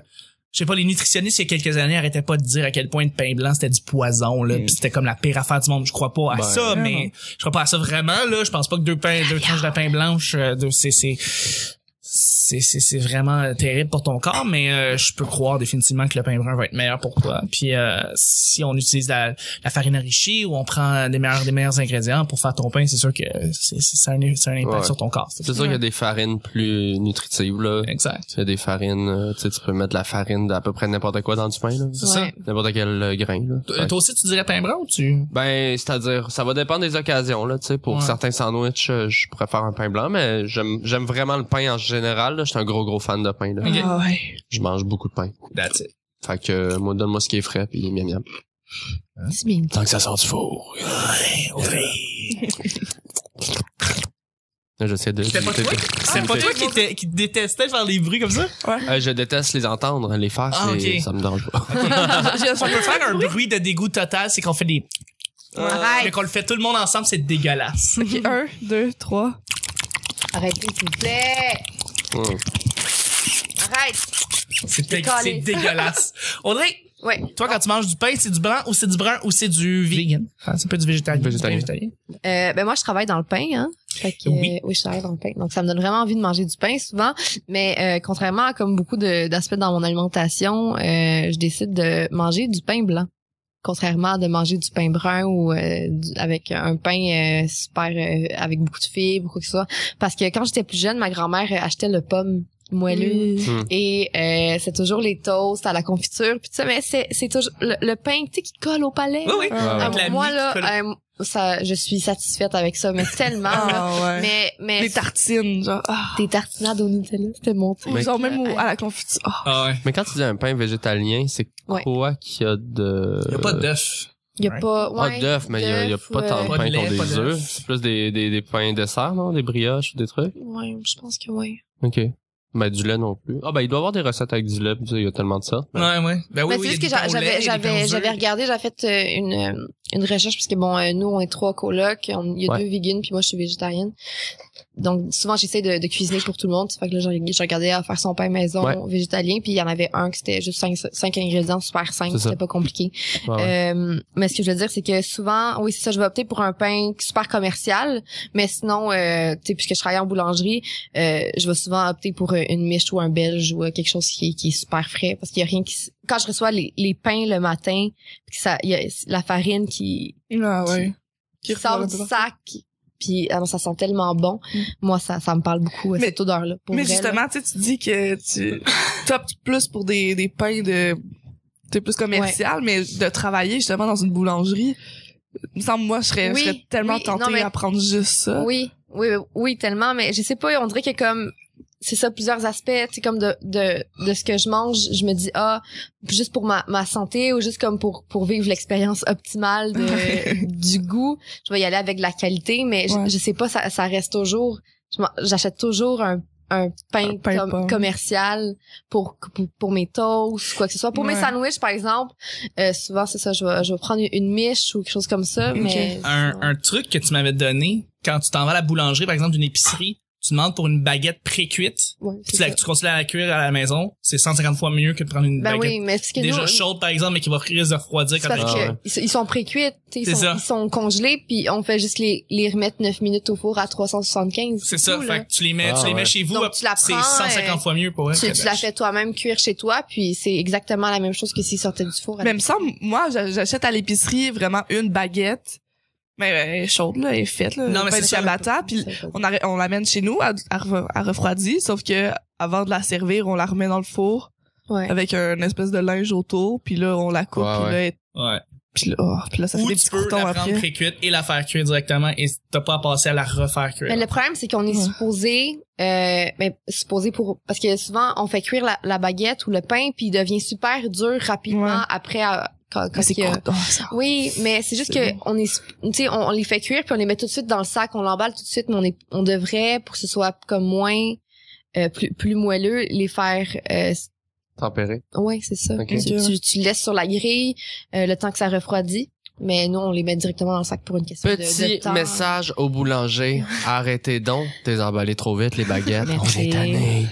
Speaker 1: je sais pas, les nutritionnistes, il y a quelques années, arrêtaient pas de dire à quel point le pain blanc, c'était du poison, là,
Speaker 4: Mm.
Speaker 1: pis c'était comme la pire affaire du monde. Je crois pas à
Speaker 4: Ben,
Speaker 1: ça,
Speaker 3: non,
Speaker 1: mais
Speaker 3: non.
Speaker 1: je crois pas à ça vraiment, là. Je pense pas que deux pains, deux tranches de pain blanche, euh, deux- c'est, c'est, c'est, c'est, c'est vraiment euh, terrible pour ton corps, mais euh, je peux croire définitivement que le pain brun va être meilleur pour toi. Puis euh, si on utilise la, la farine enrichie ou on prend des meilleurs, des meilleurs ingrédients pour faire ton pain, c'est sûr que c'est, c'est, ça a un, ça a un impact
Speaker 4: Ouais.
Speaker 1: sur ton corps. c'est
Speaker 4: C'est
Speaker 1: sûr.
Speaker 4: sûr qu'il y a des farines plus nutritives, là.
Speaker 1: Exact.
Speaker 4: Il y a des farines, euh, tu sais, tu peux mettre la farine d'à peu près n'importe quoi dans du pain, là.
Speaker 1: C'est ça.
Speaker 2: Ouais.
Speaker 4: N'importe quel euh, grain, là.
Speaker 1: Toi
Speaker 4: Fait que-
Speaker 1: toi aussi, tu dirais pain brun ou tu...
Speaker 4: Ben, c'est-à-dire, ça va dépendre des occasions, là, tu sais. Pour
Speaker 1: Ouais.
Speaker 4: certains sandwichs, euh, je préfère un pain blanc, mais j'aime, j'aime vraiment le pain en général, là. Je suis un gros, gros fan de pain, là.
Speaker 1: Ok.
Speaker 3: Ah ouais.
Speaker 4: Je mange beaucoup de pain.
Speaker 1: That's it.
Speaker 4: Fait que, euh, moi, donne-moi ce qui est frais, puis miam, miam.
Speaker 2: C'est bien.
Speaker 4: Tant que ça sort du four.
Speaker 1: Eh, oh,
Speaker 4: Là, J'essaie de... Ah,
Speaker 1: C'était pas toi? Ah, C'est pas toi qui, était- qui détestais faire des bruits comme ça?
Speaker 4: Euh, je déteste les entendre, les faire,
Speaker 1: Ah,
Speaker 4: c'est-
Speaker 1: ok.
Speaker 4: ça me dérange pas.
Speaker 1: On peut faire un bruit de dégoût total, c'est qu'on fait des...
Speaker 2: Arrête.
Speaker 1: Mais qu'on le fait tout le monde ensemble, c'est dégueulasse.
Speaker 3: Ok, un, deux, trois.
Speaker 2: Arrêtez, s'il vous plaît.
Speaker 4: Hum.
Speaker 2: Arrête.
Speaker 1: C'est dé-
Speaker 2: Décalé.
Speaker 1: c'est dégueulasse. Audrey,
Speaker 2: Ouais.
Speaker 1: toi, quand tu manges du pain, c'est du blanc ou c'est du brun ou c'est du vegan? Ah, c'est un peu du végétalien.
Speaker 4: Végétalien.
Speaker 1: Du végétalien.
Speaker 2: Euh, ben moi je travaille dans le pain hein. Fait que, euh,
Speaker 1: Oui.
Speaker 2: oui. je travaille dans le pain. Donc ça me donne vraiment envie de manger du pain souvent, mais euh, contrairement à comme beaucoup de- d'aspects dans mon alimentation, euh, je décide de manger du pain blanc. Contrairement à de manger du pain brun ou euh, du- avec un pain euh, super euh, avec beaucoup de fibres ou quoi que ce soit parce que quand j'étais plus jeune, ma grand-mère euh, achetait le pomme moelleux
Speaker 1: Mm.
Speaker 2: et euh, c'est toujours les toasts à la confiture puis tu sais mais c'est c'est toujours le, le pain tu sais qui colle au palais.
Speaker 1: Oui, oui.
Speaker 4: Ah,
Speaker 2: Ah,
Speaker 1: Avec la
Speaker 2: moi
Speaker 1: mie
Speaker 2: là,
Speaker 1: qui colle.
Speaker 2: euh, ça, je suis satisfaite avec ça, mais tellement. là.
Speaker 3: Ah ouais.
Speaker 2: mais mais
Speaker 3: Des tartines, genre. Ah.
Speaker 2: des tartinades au Nutella, c'était mon truc.
Speaker 4: Mais-
Speaker 3: Genre même au- à la confiture. Ah.
Speaker 1: Ah ouais.
Speaker 4: Mais quand tu dis un pain végétalien, c'est
Speaker 2: Ouais.
Speaker 4: quoi qu'il y a de...
Speaker 1: Il n'y a pas d'œuf.
Speaker 2: Il y a
Speaker 1: Ouais.
Speaker 2: pas ouais,
Speaker 4: Pas d'œuf, mais il y a, il y a
Speaker 2: d'œuf,
Speaker 4: pas tant
Speaker 2: euh,
Speaker 4: de
Speaker 1: Pas de
Speaker 4: pains qui
Speaker 1: lait,
Speaker 4: ont
Speaker 1: pas
Speaker 4: des
Speaker 1: d'œuf.
Speaker 4: œufs. C'est plus des, des, des pains dessert, non? Des brioches, des trucs?
Speaker 2: Ouais, je pense que oui.
Speaker 4: OK. Mais du lait non plus. Ah ben, il doit y avoir des recettes avec du lait, puis il y a tellement de ça.
Speaker 1: Ouais, ouais. Ben oui, oui,
Speaker 2: mais c'est
Speaker 1: il y a
Speaker 2: juste
Speaker 1: des
Speaker 2: que
Speaker 1: pains
Speaker 2: j'a-
Speaker 1: au
Speaker 2: j'avais
Speaker 1: lait, des pains
Speaker 2: j'avais
Speaker 1: aux
Speaker 2: j'avais
Speaker 1: œufs.
Speaker 2: regardé, j'avais fait euh, une euh, une recherche parce que bon, euh, nous on est trois colocs, on- il y a
Speaker 4: Ouais.
Speaker 2: deux vegans puis moi je suis végétarienne. Donc souvent j'essaie de, de cuisiner pour tout le monde, fait que là j'ai j'ai regardé à faire son pain maison
Speaker 4: Ouais.
Speaker 2: végétalien puis il y en avait un qui c'était juste cinq, cinq ingrédients super simples,
Speaker 4: C'est ça.
Speaker 2: c'était pas compliqué.
Speaker 4: Ouais, Ah ouais.
Speaker 2: Euh, mais ce que je veux dire, c'est que souvent, oui, c'est ça, je vais opter pour un pain super commercial, mais sinon, euh, tu sais, puisque je travaille en boulangerie, euh, je vais souvent opter pour euh, une miche ou un belge ou euh, quelque chose qui, est- qui est super frais, parce qu'il y a rien qui... s- Quand je reçois les, les pains le matin, puis que ça, il y a la farine qui,
Speaker 3: Ah ouais.
Speaker 2: qui sort du sac, puis ah non, ça sent tellement bon.
Speaker 3: Mm.
Speaker 2: Moi, ça, ça me parle beaucoup, euh,
Speaker 3: Mais-
Speaker 2: cette odeur-là. pour
Speaker 3: Mais
Speaker 2: vrai, là.
Speaker 3: justement, tu sais, tu dis que tu optes plus pour des, des pains de. T'es plus commercial, mais de travailler justement dans une boulangerie. Il me semble, moi, je serais, je
Speaker 2: Oui,
Speaker 3: serais tellement
Speaker 2: oui,
Speaker 3: tentée
Speaker 2: non, mais-
Speaker 3: à prendre juste ça.
Speaker 2: Oui, Oui, oui, tellement, mais je sais pas, on dirait que comme c'est ça plusieurs aspects, c'est comme de, de de ce que je mange, je me dis ah juste pour ma, ma santé ou juste comme pour pour vivre l'expérience optimale de, du goût, je vais y aller avec de la qualité, mais
Speaker 3: Ouais.
Speaker 2: je, je sais pas ça, ça reste toujours je m'en- j'achète toujours un un pain,
Speaker 3: Un pain
Speaker 2: com-
Speaker 3: pomme.
Speaker 2: commercial pour, pour pour mes toasts quoi que ce soit pour mes
Speaker 3: Ouais.
Speaker 2: sandwichs par exemple euh, souvent c'est ça je vais je vais prendre une miche ou quelque chose comme ça
Speaker 3: Ok.
Speaker 2: mais
Speaker 1: un, un truc que tu m'avais donné quand tu t'en vas à la boulangerie, par exemple, d'une épicerie, tu demandes pour une baguette pré-cuite,
Speaker 2: ouais,
Speaker 1: puis
Speaker 2: c'est
Speaker 1: tu, la-
Speaker 2: ça.
Speaker 1: tu continues à la cuire à la maison, c'est 150 fois mieux que de prendre une
Speaker 2: ben
Speaker 1: baguette
Speaker 2: oui mais parce que
Speaker 1: déjà
Speaker 2: nous,
Speaker 1: chaude, par exemple, mais qui va risque de refroidir
Speaker 2: C'est
Speaker 1: quand elle
Speaker 2: parce
Speaker 4: Ah
Speaker 2: que
Speaker 4: ouais.
Speaker 2: ils sont- ils sont pré-cuits, tu sais,
Speaker 1: C'est
Speaker 2: ils sont,
Speaker 1: ça.
Speaker 2: ils sont congelés, puis on fait juste les, les remettre 9 minutes au four à 375.
Speaker 1: C'est ça,
Speaker 2: tout, là.
Speaker 1: fait que tu les mets,
Speaker 4: Ah
Speaker 1: tu les mets
Speaker 4: ouais.
Speaker 1: chez vous,
Speaker 2: Donc,
Speaker 1: hop,
Speaker 2: tu la
Speaker 1: c'est
Speaker 2: prends,
Speaker 1: 150
Speaker 2: euh,
Speaker 1: fois mieux pour elle.
Speaker 2: Tu, tu la fais toi-même cuire chez toi, puis c'est exactement la même chose que s'ils sortaient du four. à
Speaker 3: Mais il me semble, moi, j'a- j'achète à l'épicerie vraiment une baguette. Mais euh, elle est chaude, là, elle est faite, là.
Speaker 1: Non, mais
Speaker 3: Pain
Speaker 1: c'est
Speaker 3: de
Speaker 1: ça.
Speaker 3: ciabatta, puis on, arr- on l'amène chez nous, à, à, re- à refroidir, sauf que avant de la servir, on la remet dans le four
Speaker 2: Ouais.
Speaker 3: avec une espèce de linge autour, puis là, on la coupe,
Speaker 4: Ouais,
Speaker 3: puis,
Speaker 4: ouais.
Speaker 3: Là, elle-
Speaker 1: Ouais.
Speaker 3: puis là, oh, puis là, ça fait
Speaker 1: Ou
Speaker 3: des
Speaker 1: tu
Speaker 3: petits
Speaker 1: peux
Speaker 3: croutons
Speaker 1: la prendre
Speaker 3: après.
Speaker 1: pré-cuite et la faire cuire directement et t'as pas à passer à la refaire cuire.
Speaker 2: Mais le problème, c'est qu'on est
Speaker 3: Ouais.
Speaker 2: supposé, euh, ben, supposé pour, parce que souvent, on fait cuire la, la baguette ou le pain, puis il devient super dur rapidement
Speaker 3: Ouais.
Speaker 2: après, à- quand,
Speaker 3: Ah,
Speaker 2: quand
Speaker 3: C'est
Speaker 2: il y a-
Speaker 3: croûtons, ça.
Speaker 2: Oui, mais c'est juste
Speaker 3: C'est
Speaker 2: que on est, tu sais, on, on les fait cuire puis on les met tout de suite dans le sac, on l'emballe tout de suite, mais on est, on devrait pour que ce soit comme moins, euh, plus, plus moelleux, les faire. Euh, s-
Speaker 4: Tempéré.
Speaker 2: ouais, c'est ça.
Speaker 4: Ok.
Speaker 2: Tu, tu, tu le laisses sur la grille euh, le temps que ça refroidit, mais nous on les met directement dans le sac pour une question de- de,
Speaker 4: Petit
Speaker 2: temps.
Speaker 4: message au boulanger. Arrêtez donc de les emballer trop vite, les baguettes. On
Speaker 2: Merci.
Speaker 4: est tannés.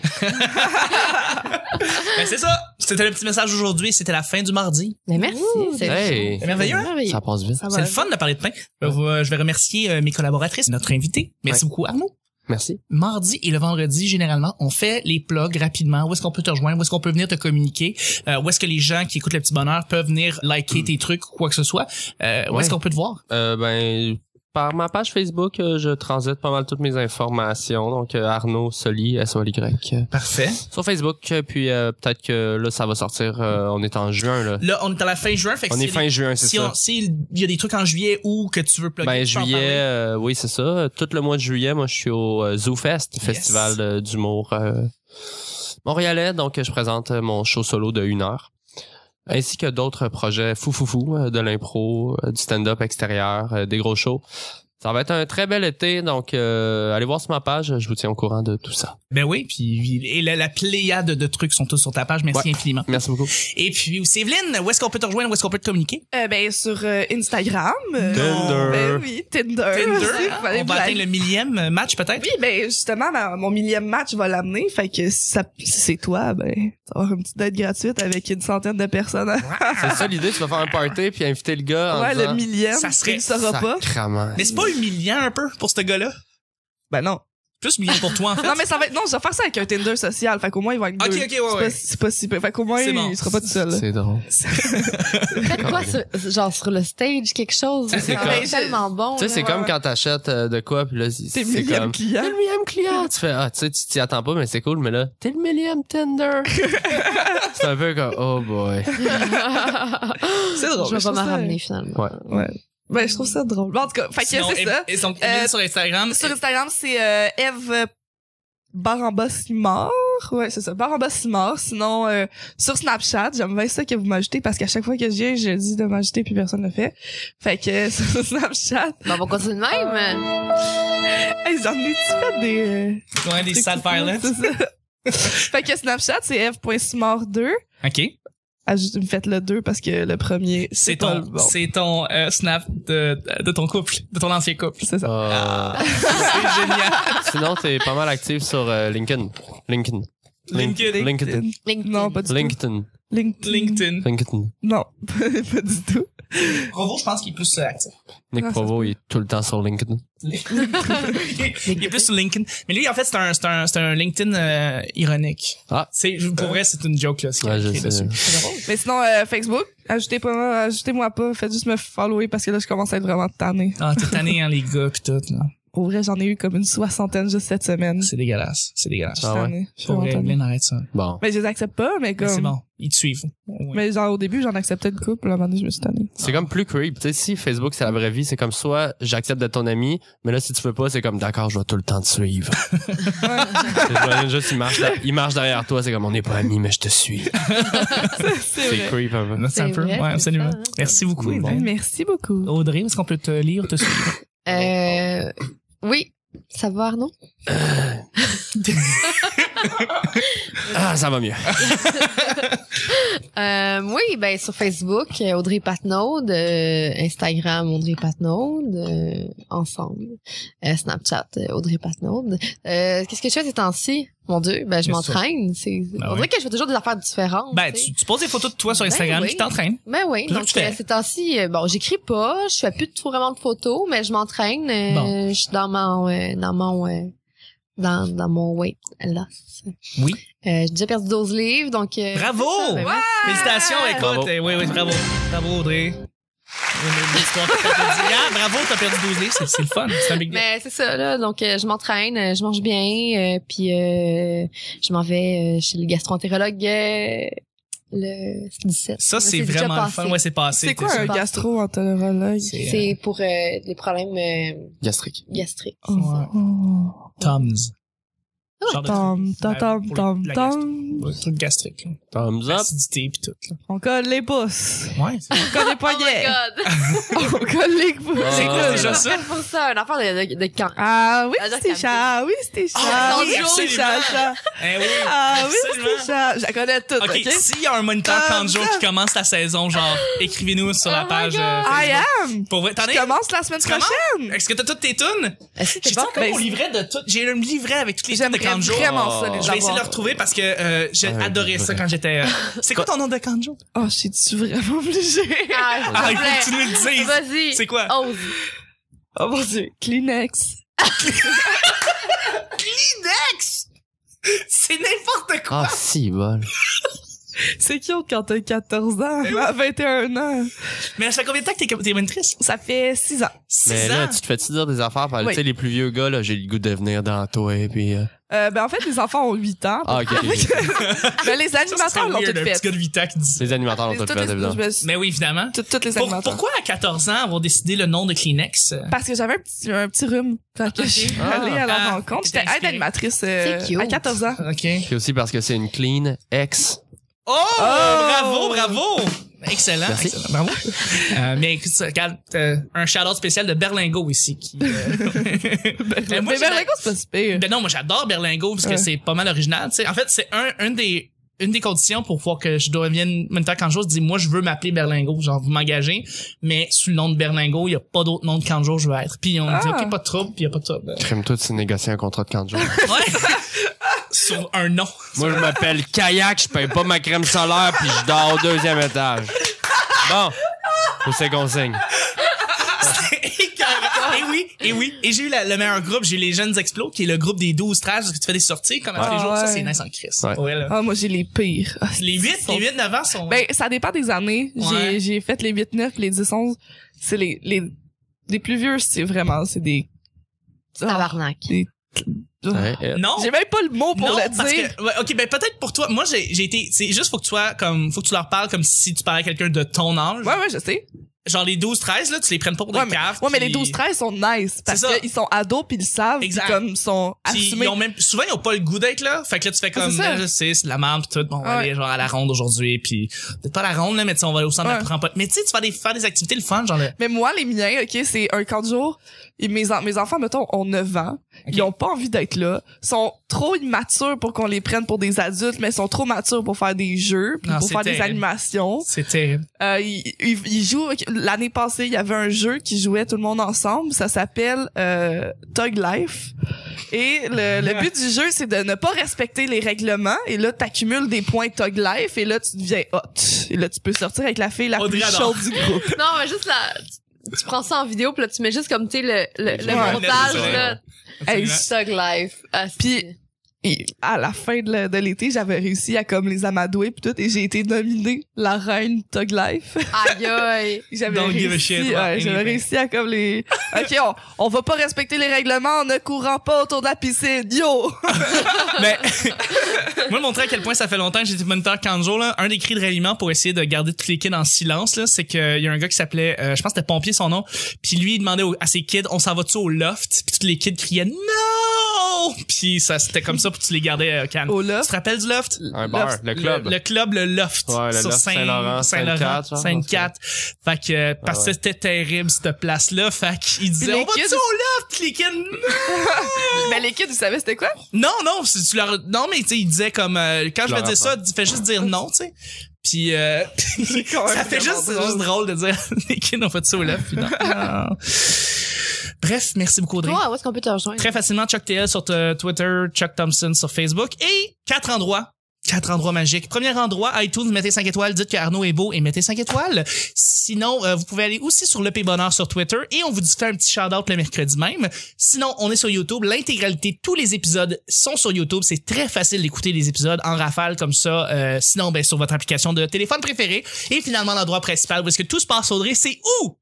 Speaker 1: Ben, c'est ça! C'était le petit message aujourd'hui, c'était la fin du mardi.
Speaker 2: Mais merci. c'est
Speaker 4: Hey!
Speaker 1: C'est merveilleux, hein?
Speaker 2: merveilleux.
Speaker 4: Ça passe vite.
Speaker 2: Ça
Speaker 1: C'est
Speaker 2: va.
Speaker 1: le fun de parler de pain. Je vais- je vais remercier euh, mes collaboratrices, notre invité. Merci beaucoup, Arnaud.
Speaker 4: Merci.
Speaker 1: mardi et le vendredi, généralement, on fait les plugs rapidement. Où est-ce qu'on peut te rejoindre? Où est-ce qu'on peut venir te communiquer? Euh, où est-ce que les gens qui écoutent le petit bonheur peuvent venir liker tes trucs ou quoi que ce soit? Euh, où
Speaker 4: Ouais.
Speaker 1: est-ce qu'on peut te voir?
Speaker 4: Euh, ben, par ma page Facebook, euh, je transite pas mal toutes mes informations. Donc, euh, Arnaud Soli, S-O-L-Y.
Speaker 1: Parfait.
Speaker 4: Sur Facebook, euh, puis euh, peut-être que là, ça va sortir. euh, on est en juin, là.
Speaker 1: Là, on est à la fin juin. Fait que
Speaker 4: On
Speaker 1: si
Speaker 4: est
Speaker 1: y a
Speaker 4: fin
Speaker 1: des-
Speaker 4: juin, c'est
Speaker 1: Si
Speaker 4: ça.
Speaker 1: on- s'il y a des trucs en juillet ou que tu veux plugger,
Speaker 4: Ben,
Speaker 1: tu peux en
Speaker 4: juillet,
Speaker 1: parler.
Speaker 4: euh, oui, c'est ça. Tout le mois de juillet, moi, je suis au euh, Zoo Fest, festival euh, d'humour euh, montréalais. Donc, euh, je présente euh, mon show solo de une heure. Ainsi que d'autres projets fou fou fou, euh, de l'impro, euh, du stand-up extérieur, euh, des gros shows. Ça va être un très bel été, donc euh, allez voir sur ma page, je vous tiens au courant de tout ça.
Speaker 1: Ben oui, puis et la, la pléiade de trucs sont tous sur ta page. Merci
Speaker 4: Ouais.
Speaker 1: infiniment.
Speaker 4: Merci beaucoup.
Speaker 1: Et puis aussi, Evelyne, où est-ce qu'on peut te rejoindre? Où est-ce qu'on peut te communiquer?
Speaker 3: Euh, ben, sur euh, Instagram. euh,
Speaker 4: Tinder.
Speaker 3: Ben oui, Tinder.
Speaker 1: Tinder.
Speaker 3: Aussi,
Speaker 1: hein?
Speaker 3: fallait
Speaker 1: On
Speaker 3: que
Speaker 1: va
Speaker 3: j'aille.
Speaker 1: atteindre le millième match peut-être.
Speaker 3: Oui, ben justement, ma- mon millième match va l'amener. Fait que si, ça, si c'est toi, ben, tu vas avoir une petite date gratuite avec une centaine de personnes.
Speaker 4: C'est ça l'idée, tu vas faire un party puis inviter le gars en
Speaker 3: ouais,
Speaker 4: disant,
Speaker 3: le millième,
Speaker 1: ça serait-
Speaker 3: tu le sauras pas.
Speaker 4: Sacrement.
Speaker 1: Mais c'est pas humiliant un peu pour ce gars-là?
Speaker 3: Ben non.
Speaker 1: Plus humiliant pour toi en fait.
Speaker 3: Non, mais ça va être, non, je vais faire ça avec un Tinder social. Fait qu'au moins, il va être
Speaker 1: Ok, ok,
Speaker 3: deux.
Speaker 1: ouais,
Speaker 3: C'est pas-
Speaker 1: ouais.
Speaker 3: C'est pas si peu. Fait qu'au moins,
Speaker 1: C'est bon.
Speaker 3: il sera pas tout seul.
Speaker 4: C'est drôle.
Speaker 2: Faites quoi, sur- genre sur le stage, quelque chose?
Speaker 4: C'est
Speaker 2: Ça
Speaker 4: comme-
Speaker 2: va être tellement bon.
Speaker 4: Tu sais, c'est
Speaker 2: là.
Speaker 4: comme quand t'achètes euh, de quoi, puis là,
Speaker 3: T'es
Speaker 4: c'est
Speaker 3: le millième
Speaker 4: comme...
Speaker 3: client.
Speaker 4: T'es le millième client. Tu fais, ah, tu sais, tu t'y attends pas, mais c'est cool, mais là, t'es le millième Tinder. c'est un peu comme, oh boy. Ah,
Speaker 3: C'est drôle.
Speaker 2: Je vais
Speaker 3: trouve
Speaker 2: pas m'en
Speaker 3: ça-
Speaker 2: ramener finalement.
Speaker 4: Ouais.
Speaker 3: Ben, je trouve ça drôle. Bon, en tout cas, fait que
Speaker 1: Sinon,
Speaker 3: c'est
Speaker 1: et-
Speaker 3: ça.
Speaker 1: Et donc,
Speaker 3: Euh,
Speaker 1: sur Instagram.
Speaker 3: Sur Instagram, c'est euh, Eve Baramba Simard. Ouais, c'est ça. Baramba Simard. Sinon, euh, sur Snapchat, j'aime bien ça que vous m'ajoutez parce qu'à chaque fois que je viens, je dis de m'ajouter puis personne ne le fait. Fait que sur Snapchat,
Speaker 2: Ben, on va continuer de même.
Speaker 3: hey, j'en ai-tu fait des... euh,
Speaker 1: Ouais, des
Speaker 3: des
Speaker 1: sad
Speaker 3: coups de
Speaker 1: violence.
Speaker 3: pouce, c'est ça. fait que Snapchat, c'est Eve.Simard2.
Speaker 1: OK.
Speaker 3: Ajoutez, me faites le 2 parce que le premier,
Speaker 1: C'est
Speaker 3: c'est pas
Speaker 1: ton,
Speaker 3: le bon.
Speaker 1: c'est ton euh, snap de, de ton couple, de ton ancien couple.
Speaker 3: C'est ça.
Speaker 4: Euh,
Speaker 1: C'est génial.
Speaker 4: Sinon, t'es pas mal active sur euh, LinkedIn. LinkedIn. Link-
Speaker 1: LinkedIn.
Speaker 4: LinkedIn.
Speaker 2: LinkedIn.
Speaker 3: Non, pas du tout.
Speaker 4: LinkedIn.
Speaker 3: LinkedIn.
Speaker 1: LinkedIn.
Speaker 4: LinkedIn.
Speaker 3: Non, pas du tout.
Speaker 1: Provo, je pense qu'il est plus euh, actif.
Speaker 4: Nick
Speaker 3: Ah, ça
Speaker 4: Provo, il est tout le temps sur LinkedIn.
Speaker 1: il est plus sur LinkedIn. Mais lui, en fait, c'est un, c'est un, c'est un LinkedIn euh, ironique.
Speaker 4: Ah.
Speaker 1: C'est, pour vrai, c'est une joke, là. ce qu'il y a
Speaker 4: Ouais, je
Speaker 1: écrit
Speaker 4: sais.
Speaker 1: dessus.
Speaker 3: Mais sinon, euh, Facebook, ajoutez-moi pas, ajoutez-moi pas, faites juste me follower parce que là, je commence à être vraiment tannée.
Speaker 1: Ah, t'es tanné, hein, les gars, pis tout, là.
Speaker 3: Pour vrai, j'en ai eu comme une soixantaine juste cette
Speaker 2: Mm.
Speaker 3: semaine.
Speaker 1: C'est dégueulasse. C'est dégueulasse.
Speaker 4: Ah ouais?
Speaker 3: Cette année. Je suis
Speaker 1: Pour vrai,
Speaker 3: contente.
Speaker 1: Glenn, arrête ça.
Speaker 4: Bon.
Speaker 3: Mais je les accepte pas, mais
Speaker 1: Mais
Speaker 3: comme.
Speaker 1: C'est bon. Ils te suivent. Ouais.
Speaker 3: Mais genre, au début, j'en acceptais une couple, à un moment donné, je me suis tannée.
Speaker 4: C'est comme plus creep. Tu sais, si Facebook, c'est la vraie vie, c'est comme soit j'accepte d'être ton ami, mais là, si tu veux pas, c'est comme d'accord, je vais tout le temps te suivre. J'imagine juste, il marche, il marche derrière toi, c'est comme on n'est pas amis, mais je te suis. C'est
Speaker 3: vrai.
Speaker 4: creep hein. un peu.
Speaker 1: C'est un
Speaker 2: C'est
Speaker 1: peu.
Speaker 2: vrai,
Speaker 1: ouais,
Speaker 2: c'est
Speaker 1: absolument.
Speaker 2: ça, hein.
Speaker 1: Merci beaucoup,
Speaker 4: Bon.
Speaker 1: Hélène.
Speaker 3: Merci beaucoup.
Speaker 1: Audrey, est-ce qu'on peut te lire, te suivre?
Speaker 2: Euh, oui. Ça va, Arnaud?
Speaker 4: Ah, ça va mieux.
Speaker 2: Euh, oui, ben sur Facebook, euh, Audrey Patnaud, euh, Instagram Audrey Patnaud, euh, ensemble, Euh, Snapchat euh, Audrey Patnaud. Euh, Qu'est-ce que je fais ces temps-ci Mon Dieu, ben
Speaker 1: Qu'est-ce que
Speaker 2: je
Speaker 1: tu
Speaker 2: m'entraîne. C'est c'est-
Speaker 1: Ben
Speaker 2: on
Speaker 1: oui.
Speaker 2: dirait que je fais toujours des affaires différentes.
Speaker 1: Ben,
Speaker 2: tu sais.
Speaker 1: tu, tu poses des photos de toi sur
Speaker 2: Ben
Speaker 1: Instagram
Speaker 2: oui.
Speaker 1: qui t'entraînent.
Speaker 2: Ben oui,
Speaker 1: C'est ça que
Speaker 2: donc
Speaker 1: tu fais.
Speaker 2: euh, ces temps-ci, euh, bon, j'écris pas, je fais plus trop vraiment de photos, mais je m'entraîne. euh,
Speaker 1: Bon.
Speaker 2: Je suis dans mon, euh, dans mon, euh, dans, dans mon weight loss.
Speaker 1: Oui.
Speaker 2: Euh, j'ai déjà perdu 12 livres, donc. euh,
Speaker 1: Bravo!
Speaker 2: c'est ça, ben, merci.
Speaker 1: Félicitations, écoute.
Speaker 4: Bravo.
Speaker 1: eh, oui, oui, bravo. Bravo, Audrey. Une histoire qui t'a dit, ah, bravo, t'as perdu 12 livres, c'est c'est le fun, c'est un big deal.
Speaker 2: Mais c'est ça, là. Donc, euh, je m'entraîne, euh, je mange bien, euh, puis euh, je m'en vais euh, chez le gastroentérologue euh, le 17.
Speaker 1: Ça,
Speaker 2: Mais
Speaker 1: c'est
Speaker 2: déjà
Speaker 1: vraiment le fun.
Speaker 2: passé.
Speaker 1: Ouais, c'est passé.
Speaker 3: C'est quoi
Speaker 1: t'es
Speaker 3: un
Speaker 1: sûr.
Speaker 2: pas-
Speaker 3: gastro-entérologue?
Speaker 1: C'est, euh,
Speaker 2: C'est pour euh, les problèmes euh,
Speaker 4: Gastrique.
Speaker 2: gastriques. c'est
Speaker 1: Ouais.
Speaker 2: ça.
Speaker 3: Oh.
Speaker 1: euh, Tom's.
Speaker 2: Ouais.
Speaker 1: Genre de truc.
Speaker 3: Ah, Tom,
Speaker 1: Ben,
Speaker 3: tom, tom,
Speaker 1: pour
Speaker 3: tom,
Speaker 1: la
Speaker 3: tom.
Speaker 1: gastro- ouais, truc gastrique. là.
Speaker 4: Thumbs up.
Speaker 1: Acidité pis tout, là.
Speaker 3: On colle les pouces.
Speaker 1: Ouais.
Speaker 3: On colle les
Speaker 2: Oh my
Speaker 3: poignets.
Speaker 2: God!
Speaker 3: On colle les pouces.
Speaker 4: Ah. C'est quoi déjà
Speaker 1: ça?
Speaker 2: pour ça, un enfant de, de, de camp.
Speaker 3: Ah oui,
Speaker 2: Ah,
Speaker 3: c'était
Speaker 2: d'accord.
Speaker 3: chat. Oui, c'était
Speaker 1: Ah,
Speaker 3: chat.
Speaker 1: oui,
Speaker 3: Oui, c'était
Speaker 1: absolument.
Speaker 3: chat. chat.
Speaker 1: Eh oui.
Speaker 3: Ah oui,
Speaker 1: Absolument.
Speaker 3: c'était chat. Je la connais toutes,
Speaker 1: Ok,
Speaker 3: OK?
Speaker 1: s'il y a un moniteur
Speaker 3: Tom's
Speaker 1: Kanjo qui commence la saison, genre, écrivez-nous sur
Speaker 2: Oh
Speaker 1: la
Speaker 2: my
Speaker 1: page.
Speaker 2: God.
Speaker 1: euh,
Speaker 3: I
Speaker 1: Facebook.
Speaker 3: am.
Speaker 1: Pour vrai, t'en
Speaker 3: hein? Je
Speaker 1: es?
Speaker 3: commence la semaine
Speaker 1: Tu commences?
Speaker 3: prochaine. Ben,
Speaker 1: Est-ce que t'as toutes tes tunes?
Speaker 2: Est-ce que t'es
Speaker 1: J'ai
Speaker 2: pas
Speaker 1: encore
Speaker 2: encore-
Speaker 1: mon livret de toutes. J'ai un livret avec toutes les tunes de
Speaker 3: J'aimerais
Speaker 1: Kanjo.
Speaker 3: vraiment ça,
Speaker 4: Oh.
Speaker 3: les
Speaker 1: Je vais essayer de le
Speaker 3: avoir.
Speaker 1: retrouver parce que euh, j'ai
Speaker 4: Ah,
Speaker 1: adoré
Speaker 4: oui,
Speaker 1: ça
Speaker 4: oui.
Speaker 1: quand j'étais. euh, C'est quoi ton nom de Kanjo?
Speaker 3: Oh, j'ai-tu vraiment obligée?
Speaker 2: Ah, s'il te
Speaker 1: Ah, il faut
Speaker 2: plaît.
Speaker 1: que tu nous le dises.
Speaker 2: Vas-y.
Speaker 1: C'est quoi?
Speaker 2: Ose.
Speaker 3: Oh mon dieu. Kleenex.
Speaker 1: Kleenex!
Speaker 3: Oh.
Speaker 1: C'est n'importe quoi!
Speaker 4: Ah, si, bol.
Speaker 3: C'est cute quand t'as 14 ans,
Speaker 1: Ben
Speaker 3: Ah, à 21 ans.
Speaker 1: Mais ça fait combien de temps que t'es- t'es monitrice?
Speaker 3: Ça fait 6 ans.
Speaker 1: Six
Speaker 4: Mais là,
Speaker 1: ans.
Speaker 4: tu te fais-tu dire des affaires par
Speaker 3: Oui.
Speaker 4: tu sais, les plus vieux gars, là, j'ai le goût de venir dans toi, et puis. euh,
Speaker 3: Euh, ben en fait, les enfants ont 8 ans.
Speaker 4: Ah, ok. ok.
Speaker 3: Ben les
Speaker 1: Ça, ça serait
Speaker 3: animateurs l'ont
Speaker 1: weird,
Speaker 3: toutes
Speaker 1: un petit
Speaker 3: faites.
Speaker 1: gars de 8 ans qui dit ça.
Speaker 4: les animateurs
Speaker 3: Les-
Speaker 4: ont tout
Speaker 3: toutes les-
Speaker 4: fait, évidemment.
Speaker 3: je me suis-
Speaker 1: Mais oui, évidemment.
Speaker 3: toutes- Toutes les
Speaker 1: Pour-
Speaker 3: animateurs.
Speaker 1: pourquoi à 14 ans avoir décidé le nom de Kleenex? euh?
Speaker 3: Parce que j'avais un petit, un petit rhume quand que je suis
Speaker 4: Ah.
Speaker 3: allée à la
Speaker 1: Ah,
Speaker 3: rencontre.
Speaker 1: t'étais
Speaker 3: J'étais aide
Speaker 1: inspirée.
Speaker 3: animatrice euh,
Speaker 2: C'est cute.
Speaker 3: à 14 ans.
Speaker 1: OK.
Speaker 4: Puis aussi parce que c'est une clean ex.
Speaker 1: Oh! Bravo, bravo! Excellent,
Speaker 4: Merci.
Speaker 1: excellent, bravo. Euh, mais écoute, ça, regarde, euh, un shout-out spécial de Berlingo ici. Qui, euh, Mais
Speaker 3: Mais
Speaker 1: moi, j'ai la-
Speaker 3: Berlingo, c'est pas si pire.
Speaker 1: Ben non, moi j'adore Berlingo parce que
Speaker 3: Ouais.
Speaker 1: c'est pas mal original. tu sais. En fait, c'est un, un des une des conditions pour voir que je devienne moniteur Kanjo, je dis moi je veux m'appeler Berlingo, genre vous m'engagez, mais sous le nom de Berlingo, il y a pas d'autre nom de Kanjo je veux être. Puis on me dit
Speaker 3: Ah.
Speaker 1: OK, pas de trouble, puis il y a pas de trouble.
Speaker 4: Crème toi, tu négocies un contrat de 40 jours.
Speaker 1: Ouais. Sur un nom.
Speaker 4: Moi, je m'appelle Kayak, je paye pas ma crème solaire, puis je dors au deuxième étage. Bon, où c'est qu'on signe?
Speaker 1: et oui, et oui. Et j'ai eu la- le meilleur groupe, j'ai eu les Jeunes Explos, qui est le groupe des 12 trash, parce que tu fais des sorties comme à tous les
Speaker 3: Ouais.
Speaker 1: jours. Ça,
Speaker 3: Ah, Ouais.
Speaker 1: c'est nice en crise.
Speaker 4: Ouais.
Speaker 1: là.
Speaker 3: Ah, moi, j'ai les pires. Ah,
Speaker 1: Les 8,
Speaker 3: ils sont-
Speaker 1: les 8, 9 ans sont...
Speaker 3: Ben, ça dépend des années.
Speaker 1: Ouais.
Speaker 3: J'ai, j'ai fait les 8, 9, les 10, 11. C'est les, les, les plus vieux, c'est vraiment, c'est des, Ah.
Speaker 2: Tabarnak.
Speaker 4: Ouais, euh,
Speaker 1: non.
Speaker 3: j'ai même pas le mot pour
Speaker 1: non,
Speaker 3: le
Speaker 1: parce
Speaker 3: dire.
Speaker 1: que- ouais, ok, ben peut-être pour toi. Moi, j'ai j'ai été. C'est juste faut que tu sois comme, faut que tu leur parles comme si tu parlais à quelqu'un de ton âge.
Speaker 3: Ouais, ouais, je sais.
Speaker 1: Genre les 12-13 là, tu les prennent pas pour
Speaker 3: Ouais,
Speaker 1: des
Speaker 3: mais,
Speaker 1: caves.
Speaker 3: ouais, mais
Speaker 1: puis-
Speaker 3: les 12, 13 sont nice. Parce
Speaker 1: ça.
Speaker 3: qu'ils sont ados pis ils le savent. pis
Speaker 1: Exact.
Speaker 3: comme, ils sont
Speaker 1: puis
Speaker 3: assumés.
Speaker 1: ils ont même souvent ils ont pas le goût d'être là. Fait que là tu fais comme
Speaker 3: c'est ça.
Speaker 1: ben, je sais, c'est de la merde pis tout. Bon, on va
Speaker 3: Ouais.
Speaker 1: aller genre à la ronde aujourd'hui puis peut-être pas à la ronde là, mais tu sais, on va aller au centre de la
Speaker 3: Ouais.
Speaker 1: rampote. Mais tu sais, tu vas aller faire des activités le fun genre le...
Speaker 3: Mais moi, les miens, OK, c'est un camp de jour. Et mes, en- mes enfants, mettons, ont 9 ans.
Speaker 1: OK.
Speaker 3: Ils ont pas envie d'être là. sont trop immatures pour qu'on les prenne pour des adultes, mais ils sont trop matures pour faire des jeux, puis
Speaker 1: Non,
Speaker 3: pour
Speaker 1: c'est
Speaker 3: faire des
Speaker 1: terrible.
Speaker 3: animations.
Speaker 1: C'est terrible.
Speaker 3: Euh, ils, ils- ils jouent... L'année passée, il y avait un jeu qui jouait tout le monde ensemble. Ça s'appelle euh, Tug Life. Et le, le but du jeu, c'est de ne pas respecter les règlements. Et là, t'accumules des points Tug Life. Et là, tu deviens hot. Et là, tu peux sortir avec la fille la
Speaker 1: Audrey
Speaker 3: plus
Speaker 1: adore.
Speaker 3: chaude du groupe.
Speaker 2: Non, mais juste là, tu, tu prends ça en vidéo, puis là, tu mets juste comme, tu sais, le, le, le
Speaker 1: Ouais,
Speaker 2: montage,
Speaker 1: ouais.
Speaker 2: là.
Speaker 1: Absolument.
Speaker 3: je-
Speaker 2: Tug Life.
Speaker 3: Puis- et à la fin de la- de l'été, j'avais réussi à comme les amadouer puis tout, et j'ai été nominée la reine Tug Life.
Speaker 2: Aïe, aïe.
Speaker 3: J'avais
Speaker 1: Don't
Speaker 3: réussi,
Speaker 1: give a shit about
Speaker 3: ouais, j'avais
Speaker 1: anything.
Speaker 3: réussi à comme les. Ok, on, on va pas respecter les règlements en ne courant pas autour de la piscine, yo.
Speaker 1: Mais moi, montrer à quel point ça fait longtemps que j'étais moniteur Kanjo, là, un des cris de ralliement pour essayer de garder tous les kids en silence, là, c'est qu'il y a un gars qui s'appelait, euh, je pense que c'était Pompier son nom, puis lui, il demandait au- à ses kids, on s'en va-tu au loft? Puis tous les kids criaient, non! Puis ça, c'était comme ça, puis tu les gardais euh, calmes.
Speaker 3: Au
Speaker 1: Tu
Speaker 3: loft.
Speaker 1: te rappelles du loft?
Speaker 4: Un bar, le club.
Speaker 1: Le, club, le loft.
Speaker 4: Ouais, le
Speaker 1: sur
Speaker 4: loft Saint-Laurent,
Speaker 1: Saint-Laurent,
Speaker 4: Sainte-Cathe, genre,
Speaker 1: Sainte-Cathe. Fait que, euh, parce que
Speaker 4: ouais.
Speaker 1: c'était terrible, cette place-là. Fait qu'il disait,
Speaker 3: les
Speaker 1: on va-tu
Speaker 3: kids-
Speaker 1: au loft? Les kids,
Speaker 3: Mais les kids, ils savaient c'était quoi?
Speaker 1: non, non, c'est- tu leur... non mais tu sais, il disait comme euh, quand je
Speaker 4: Leur
Speaker 1: vais dire ça, fais juste dire non, tu sais. Puis euh,
Speaker 3: quand même
Speaker 1: ça fait
Speaker 3: vraiment
Speaker 1: juste, c'est
Speaker 3: drôle.
Speaker 1: juste drôle de dire les kids ont fait ça au love, puis non. Non. Bref, merci beaucoup Audrey.
Speaker 2: Toi, où est-ce qu'on peut te rejoindre?
Speaker 1: Très facilement Chuck TL sur euh, Twitter, Chuck Thompson sur Facebook et quatre endroits. Quatre endroits magiques. Premier endroit, iTunes, mettez 5 étoiles, dites que Arnaud est beau et mettez 5 étoiles. Sinon, euh, vous pouvez aller aussi sur le P Bonheur sur Twitter et on vous dit fait un petit shout-out le mercredi même. Sinon, on est sur YouTube. L'intégralité, de tous les épisodes sont sur YouTube. C'est très facile d'écouter les épisodes en rafale comme ça. Euh, sinon, ben, sur votre application de téléphone préférée. Et finalement, l'endroit principal où est-ce que tout se passe, Audrey, c'est où?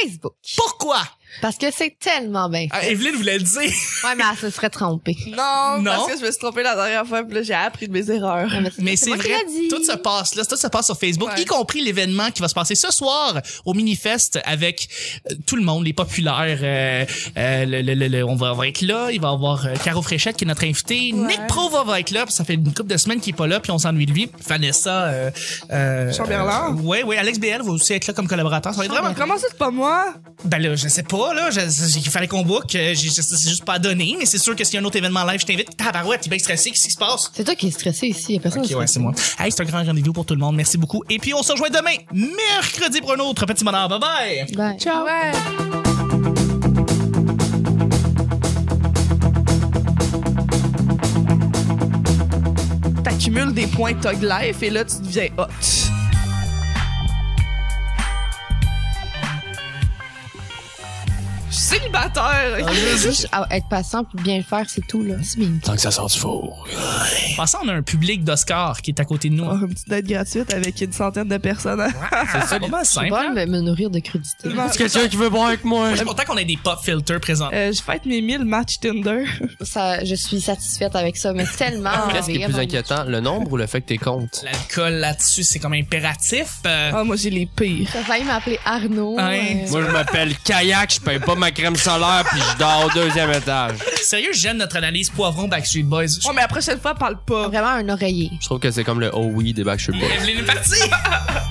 Speaker 2: Facebook.
Speaker 1: Pourquoi?
Speaker 2: Parce que c'est tellement bien.
Speaker 1: Ah, Evelyne voulait le dire.
Speaker 2: Ouais, mais elle se serait trompée.
Speaker 3: Non,
Speaker 1: Non.
Speaker 3: parce que je me suis trompée la dernière fois, puis là, j'ai appris de mes erreurs.
Speaker 2: Ouais,
Speaker 1: Mais c'est
Speaker 2: moi qui
Speaker 1: vrai,
Speaker 2: l'ai dit.
Speaker 1: tout se passe là, tout se passe sur Facebook,
Speaker 3: Ouais.
Speaker 1: y compris l'événement qui va se passer ce soir au Minifest avec euh, tout le monde, les populaires. euh, euh, le- le- le- le- on, va, on va être là, il va y avoir euh, Caro Fréchette qui est notre invité,
Speaker 3: Ouais.
Speaker 1: Nick Prova va être là, puis ça fait une couple de semaines qu'il est pas là, puis on s'ennuie de lui. Vanessa, euh, euh,
Speaker 3: Chamberlain.
Speaker 1: ouais, ouais, Alex BL va aussi être là comme collaborateur. Ça va être vraiment.
Speaker 3: Vraiment, comment ça, c'est pas moi?
Speaker 1: Ben là, je sais pas là, je- je- il fallait qu'on book, euh, j'ai- c'est c'est juste pas donné, mais c'est sûr que s'il y a un autre événement live, je t'invite. Tabarouette, t'es bien stressé, qu'est-ce qui se passe?
Speaker 2: C'est toi qui es stressé ici. y a personne qui
Speaker 1: Ok,
Speaker 2: est
Speaker 1: ouais,
Speaker 2: stressé.
Speaker 1: c'est moi. Hey, c'est un grand rendez-vous pour tout le monde. Merci beaucoup. Et puis, on se rejoint demain, mercredi, pour un autre petit bonheur. Bye bye!
Speaker 2: Bye.
Speaker 3: Ciao. Ouais. T'accumules des points Tug Life et là, tu deviens hot. Je suis célibataire.
Speaker 2: Juste à être patient puis bien le faire, c'est tout, là. C'est bien.
Speaker 4: Tant que ça sort du four.
Speaker 1: Passant, on a un public d'Oscar qui est à côté de nous.
Speaker 3: Oh, une petite date gratuite avec une centaine de personnes.
Speaker 1: C'est ça, pas
Speaker 2: Je
Speaker 1: simple.
Speaker 2: vais
Speaker 1: hein?
Speaker 2: me, me nourrir de crudité.
Speaker 4: Est-ce que quelqu'un qui veut boire avec moi?
Speaker 1: Je suis content qu'on ait des pop filters présents.
Speaker 3: Euh, je fête mes 1000 matchs Tinder.
Speaker 2: Ça, je suis satisfaite avec ça, mais tellement.
Speaker 4: Qu'est-ce qui est plus
Speaker 2: vraiment.
Speaker 4: inquiétant, le nombre ou le fait que t'es compte?
Speaker 1: L'alcool là-dessus, c'est comme impératif. Euh,
Speaker 3: Ah, moi, j'ai les pires.
Speaker 2: T'as failli m'appeler Arnaud.
Speaker 1: Hein.
Speaker 2: euh,
Speaker 4: Moi, je m'appelle Kayak, je paye pas ma crème solaire puis je dors au deuxième étage.
Speaker 1: Sérieux, j'aime notre analyse poivron Backstreet Boys. Je-
Speaker 3: Ouais, mais la prochaine fois, parle pas.
Speaker 2: Vraiment un oreiller.
Speaker 4: Je trouve que c'est comme le oh oui des Backstreet Boys.
Speaker 1: Evelyne est partie!